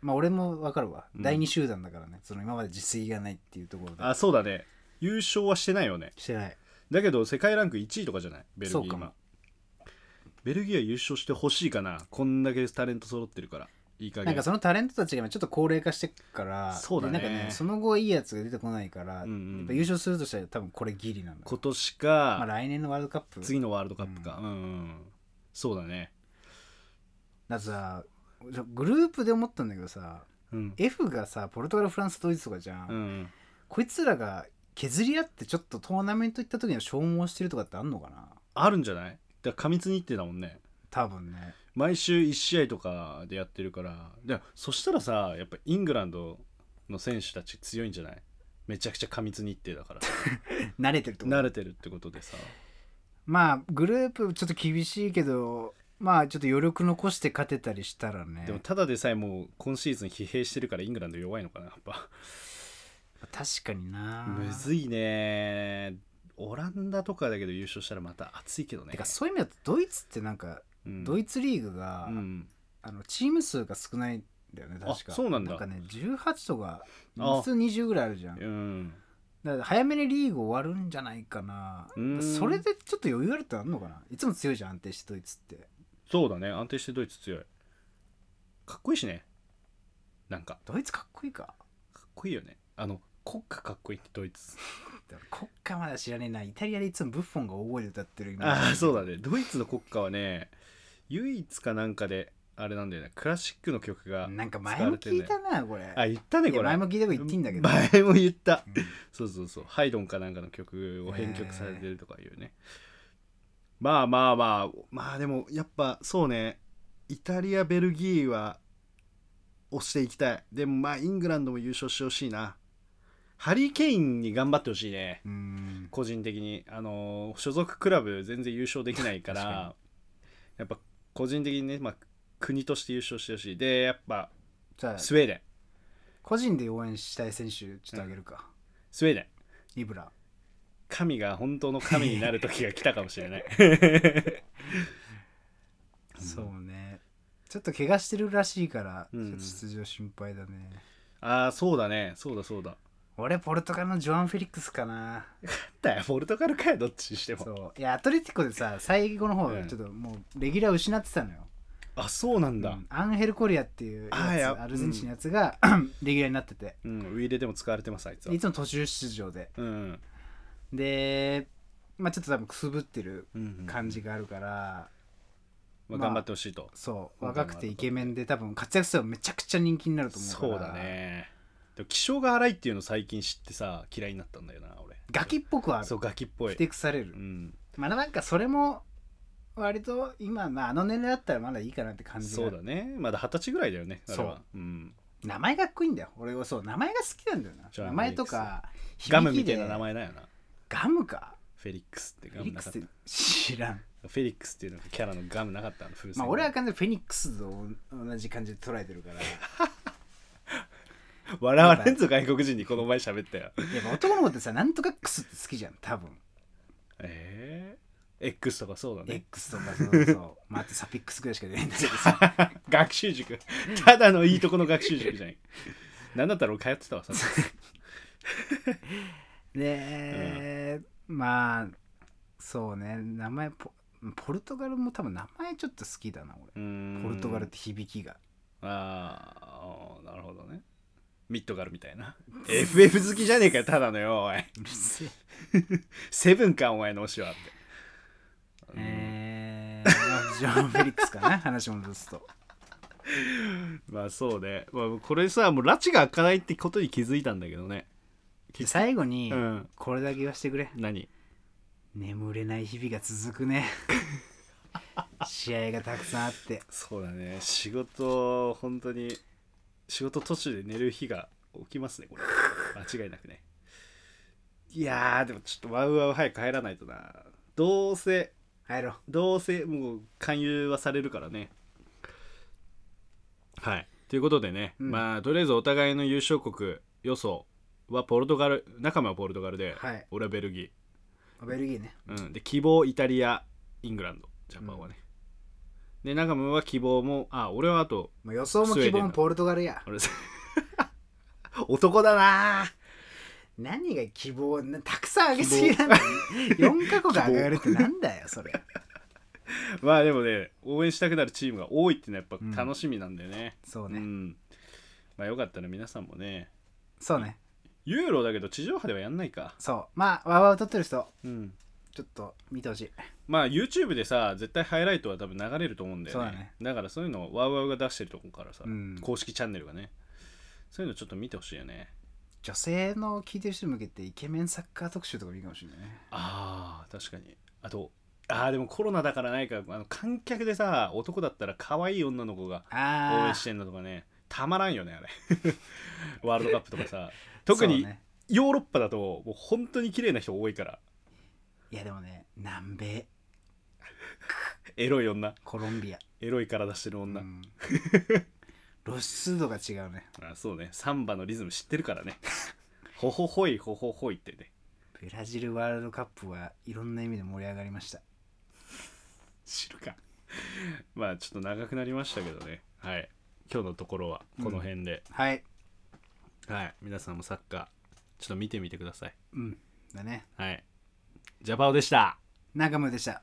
[SPEAKER 2] まあ俺もわかるわ、
[SPEAKER 1] うん
[SPEAKER 2] 第2集団だからねその今まで実績がないっていうところで
[SPEAKER 1] あそうだね優勝はしてないよね
[SPEAKER 2] してない
[SPEAKER 1] だけど世界ランク1位とかじゃないベルギ
[SPEAKER 2] そ
[SPEAKER 1] ー
[SPEAKER 2] うかも
[SPEAKER 1] 今ベルギーは優勝してほしいかなこんだけタレント揃ってるからいい加減
[SPEAKER 2] なんかそのタレントたちが今ちょっと高齢化してっから
[SPEAKER 1] そうだね
[SPEAKER 2] でなんかねその後いいやつが出てこないから、
[SPEAKER 1] うんうん
[SPEAKER 2] やっぱ優勝するとしたら多分これギリなんだ
[SPEAKER 1] 今年か、
[SPEAKER 2] まあ、来年のワールドカップ
[SPEAKER 1] 次のワールドカップかうん、うん、そうだね
[SPEAKER 2] だってさグループで思ったんだけどさ
[SPEAKER 1] うん
[SPEAKER 2] F がさポルトガルフランスドイツとかじゃん、
[SPEAKER 1] うん
[SPEAKER 2] こいつらが削り合ってちょっとトーナメント行った時には消耗してるとかってあんのかな
[SPEAKER 1] あるんじゃないだから過密日程だもんね
[SPEAKER 2] 多分ね
[SPEAKER 1] 毎週1試合とかでやってるからでそしたらさやっぱイングランドの選手たち強いんじゃないめちゃくちゃ過密日程だ から
[SPEAKER 2] 慣れてるってこと
[SPEAKER 1] 慣れてるってことでさ
[SPEAKER 2] まあグループちょっと厳しいけどまあちょっと余力残して勝てたりしたらね
[SPEAKER 1] でもただでさえもう今シーズン疲弊してるからイングランド弱いのかなやっぱ
[SPEAKER 2] 確かにな
[SPEAKER 1] むずいねオランダとかだけど優勝したらまた熱いけどね
[SPEAKER 2] てかそういう意味だとドイツってなんか、
[SPEAKER 1] うん
[SPEAKER 2] ドイツリーグが、
[SPEAKER 1] うん
[SPEAKER 2] あのチーム数が少ないんだよね確か
[SPEAKER 1] あそうなんだ
[SPEAKER 2] なんかね18とか
[SPEAKER 1] あ
[SPEAKER 2] 普通20ぐらいあるじゃん
[SPEAKER 1] うん
[SPEAKER 2] だから早めにリーグ終わるんじゃないかな
[SPEAKER 1] うーん
[SPEAKER 2] それでちょっと余裕あるってあんのかないつも強いじゃん安定してドイツって
[SPEAKER 1] そうだね安定してドイツ強いかっこいいしねなんか
[SPEAKER 2] ドイツかっこいいか
[SPEAKER 1] かっこいいよねあの国歌かっこいいってドイツ
[SPEAKER 2] だから国歌まだ知らねえなイタリアでいつもブッフォンが大声で歌ってるイメージ
[SPEAKER 1] ああそうだねドイツの国歌はね唯一かなんかであれなんだよねクラシックの曲が
[SPEAKER 2] なんか前も聞いたなこれ
[SPEAKER 1] あ言ったね
[SPEAKER 2] いや
[SPEAKER 1] これ
[SPEAKER 2] 前も聞いたこと言っていいんだけど、
[SPEAKER 1] 前も言った
[SPEAKER 2] うん
[SPEAKER 1] そうそうそうハイドンかなんかの曲を編曲されてるとかいうね、まあまあまあまあでもやっぱそうねイタリアベルギーは押していきたいでもまあイングランドも優勝してほしいなハリー・ケインに頑張ってほしいね
[SPEAKER 2] うん
[SPEAKER 1] 個人的にあのー所属クラブ全然優勝できないか
[SPEAKER 2] 確
[SPEAKER 1] ら
[SPEAKER 2] か
[SPEAKER 1] やっぱ個人的にね、まあ、国として優勝してほしいでやっぱ
[SPEAKER 2] じゃあ
[SPEAKER 1] スウェーデン
[SPEAKER 2] 個人で応援したい選手ちょっとあげるか、
[SPEAKER 1] スウェーデン
[SPEAKER 2] リブラ
[SPEAKER 1] 神が本当の神になる時が来たかもしれ ない
[SPEAKER 2] そうねちょっと怪我してるらしいから、
[SPEAKER 1] うん
[SPEAKER 2] ちょっと出場心配だね
[SPEAKER 1] ああそうだねそうだそうだ
[SPEAKER 2] 俺ポルトガルのジョアン・フェリックスかな
[SPEAKER 1] だよポルトガルかよどっちにしても
[SPEAKER 2] そういやアトレティコでさ最後の方
[SPEAKER 1] うん
[SPEAKER 2] ちょっともうレギュラー失ってたのよ、
[SPEAKER 1] あそうなんだ
[SPEAKER 2] うんアンヘル・コリアっていうや
[SPEAKER 1] あい
[SPEAKER 2] つ
[SPEAKER 1] や
[SPEAKER 2] アルゼンチンのやつが、レギュラーになってて
[SPEAKER 1] うん、ウィーレでも使われてますあいつ
[SPEAKER 2] で
[SPEAKER 1] はい
[SPEAKER 2] つも途中出場で
[SPEAKER 1] うん
[SPEAKER 2] でまあちょっと多分くすぶってる
[SPEAKER 1] うん
[SPEAKER 2] 感じがあるから、
[SPEAKER 1] まあ、
[SPEAKER 2] まあ
[SPEAKER 1] 頑張ってほしいと、
[SPEAKER 2] そう
[SPEAKER 1] 今回も
[SPEAKER 2] 若くてイケメンで多分活躍すればめちゃくちゃ人気になると思うか
[SPEAKER 1] そ
[SPEAKER 2] ら
[SPEAKER 1] うだねでも気性が荒いっていうの最近知ってさ嫌いになったんだよな俺
[SPEAKER 2] ガキっぽくはあ
[SPEAKER 1] そう
[SPEAKER 2] る
[SPEAKER 1] ガキっぽい
[SPEAKER 2] ふてくされ
[SPEAKER 1] う
[SPEAKER 2] る
[SPEAKER 1] ん
[SPEAKER 2] まあなんかそれも割と今、まあ、あの年齢だったらまだいいかなって感じが
[SPEAKER 1] そうだねまだ二十歳ぐらいだよねあれは、
[SPEAKER 2] そう
[SPEAKER 1] ん、
[SPEAKER 2] 名前がかっこいいんだよ俺はそう名前が好きなんだよ
[SPEAKER 1] じ
[SPEAKER 2] な
[SPEAKER 1] ゃあ
[SPEAKER 2] 名前とか
[SPEAKER 1] ガム
[SPEAKER 2] 響
[SPEAKER 1] み
[SPEAKER 2] き
[SPEAKER 1] た
[SPEAKER 2] で
[SPEAKER 1] いな名前だよな
[SPEAKER 2] ガムか
[SPEAKER 1] フェリックスって
[SPEAKER 2] フ
[SPEAKER 1] ガ
[SPEAKER 2] ェ
[SPEAKER 1] ム
[SPEAKER 2] ニッ
[SPEAKER 1] な
[SPEAKER 2] ク
[SPEAKER 1] かっ
[SPEAKER 2] スったて知らん
[SPEAKER 1] フェリックスっていうのキャラのガムなかったの風船
[SPEAKER 2] まあ俺は完全にフェニックスと同じ感じで捉え てるから
[SPEAKER 1] 笑われんぞ外国人にこの前喋ったよ
[SPEAKER 2] やっぱ男の子ってさなんとかクスって好きじゃん多分
[SPEAKER 1] ええ X とかそうだね
[SPEAKER 2] X とかそうそうまああとサピックスぐらいしか出ないんだけどさ
[SPEAKER 1] 学習塾ただのいいとこの学習塾じゃないなんだったら俺通ってたわさ
[SPEAKER 2] で、まあそうね名前ポポルトガルも多分名前ちょっと好きだな
[SPEAKER 1] ポ
[SPEAKER 2] 俺ポルトガルっ
[SPEAKER 1] あ
[SPEAKER 2] て響きが
[SPEAKER 1] あーなるほどねミッドガルみたいな FF 好きじゃねえかよただのよおいう
[SPEAKER 2] るせえ
[SPEAKER 1] セブンかお前の推しはって
[SPEAKER 2] えーまあジョン・フェリックスかな 話戻すと
[SPEAKER 1] まあそうね、まあ、これさもう拉致が開かないってことに気づいたんだけどね
[SPEAKER 2] 最後に
[SPEAKER 1] うん
[SPEAKER 2] これだけ言わせてくれ
[SPEAKER 1] 何
[SPEAKER 2] 眠れない日々が続 くね試合がたくさんあって
[SPEAKER 1] そうだね仕事本当に仕事途中で寝る日が起きますね これ間違いなくねいやーでもちょっとワウワウ早く入らないとなどうせ
[SPEAKER 2] 入ろう
[SPEAKER 1] どうせもう勧誘はされるからねはいということでね、
[SPEAKER 2] うん
[SPEAKER 1] まあとりあえずお互いの優勝国予想はポルトガル仲間はポルトガルで、
[SPEAKER 2] はい
[SPEAKER 1] 俺はベルギー
[SPEAKER 2] ベルギーね
[SPEAKER 1] うん、で希望イタリアイングランドジャパンはね、で中村は希望もあ俺はあと
[SPEAKER 2] もう予想も
[SPEAKER 1] スウェ
[SPEAKER 2] 希
[SPEAKER 1] ーデン
[SPEAKER 2] 望もポルトガルや
[SPEAKER 1] 俺 男だな
[SPEAKER 2] 何が希望なたくさん上げすぎなんだ よ4カ国上げるってなんだよそれ
[SPEAKER 1] まあでもね応援したくなるチームが多いってのはやっぱ楽しみなんだよね、
[SPEAKER 2] そう
[SPEAKER 1] うん
[SPEAKER 2] ね、
[SPEAKER 1] まあよかったら皆さんもね
[SPEAKER 2] そうね
[SPEAKER 1] ユーロだけど地上波ではやんないか、
[SPEAKER 2] そうまあわーわー撮ってる人
[SPEAKER 1] うん、
[SPEAKER 2] ちょっと見てほしい
[SPEAKER 1] まあ YouTube でさ絶対ハイライトは多分流れると思うんだよね
[SPEAKER 2] そうだね
[SPEAKER 1] からそういうのをワウワウが出してるとこからさ、
[SPEAKER 2] うん
[SPEAKER 1] 公式チャンネルがねそういうのちょっと見てほしいよね
[SPEAKER 2] 女性の聞いてる人に向けてイケメンサッカー特集とかもいいかもしれないね
[SPEAKER 1] あー確かにあとあーでもコロナだからないかあの観客でさ男だったら可愛い女の子が応
[SPEAKER 2] あ
[SPEAKER 1] 援
[SPEAKER 2] あ
[SPEAKER 1] してんのとかねたまらんよねあれ ワールドカップとかさ特にヨーロッパだともう本当に綺麗な人多いから
[SPEAKER 2] いやでもね南米
[SPEAKER 1] エロい女
[SPEAKER 2] コロンビア、
[SPEAKER 1] エロい体してる
[SPEAKER 2] う
[SPEAKER 1] 女、
[SPEAKER 2] ん、露出度が違うね
[SPEAKER 1] あそうねサンバのリズム知ってるからね ほほほいほほほいってね
[SPEAKER 2] ブラジルワールドカップはいろんな意味で盛り上がりました
[SPEAKER 1] 知るかまあちょっと長くなりましたけどねはい今日のところはこの辺で、
[SPEAKER 2] はい
[SPEAKER 1] はい皆さんもサッカーちょっと見てみてください
[SPEAKER 2] うんだね
[SPEAKER 1] はいジャパオでした
[SPEAKER 2] 中村でした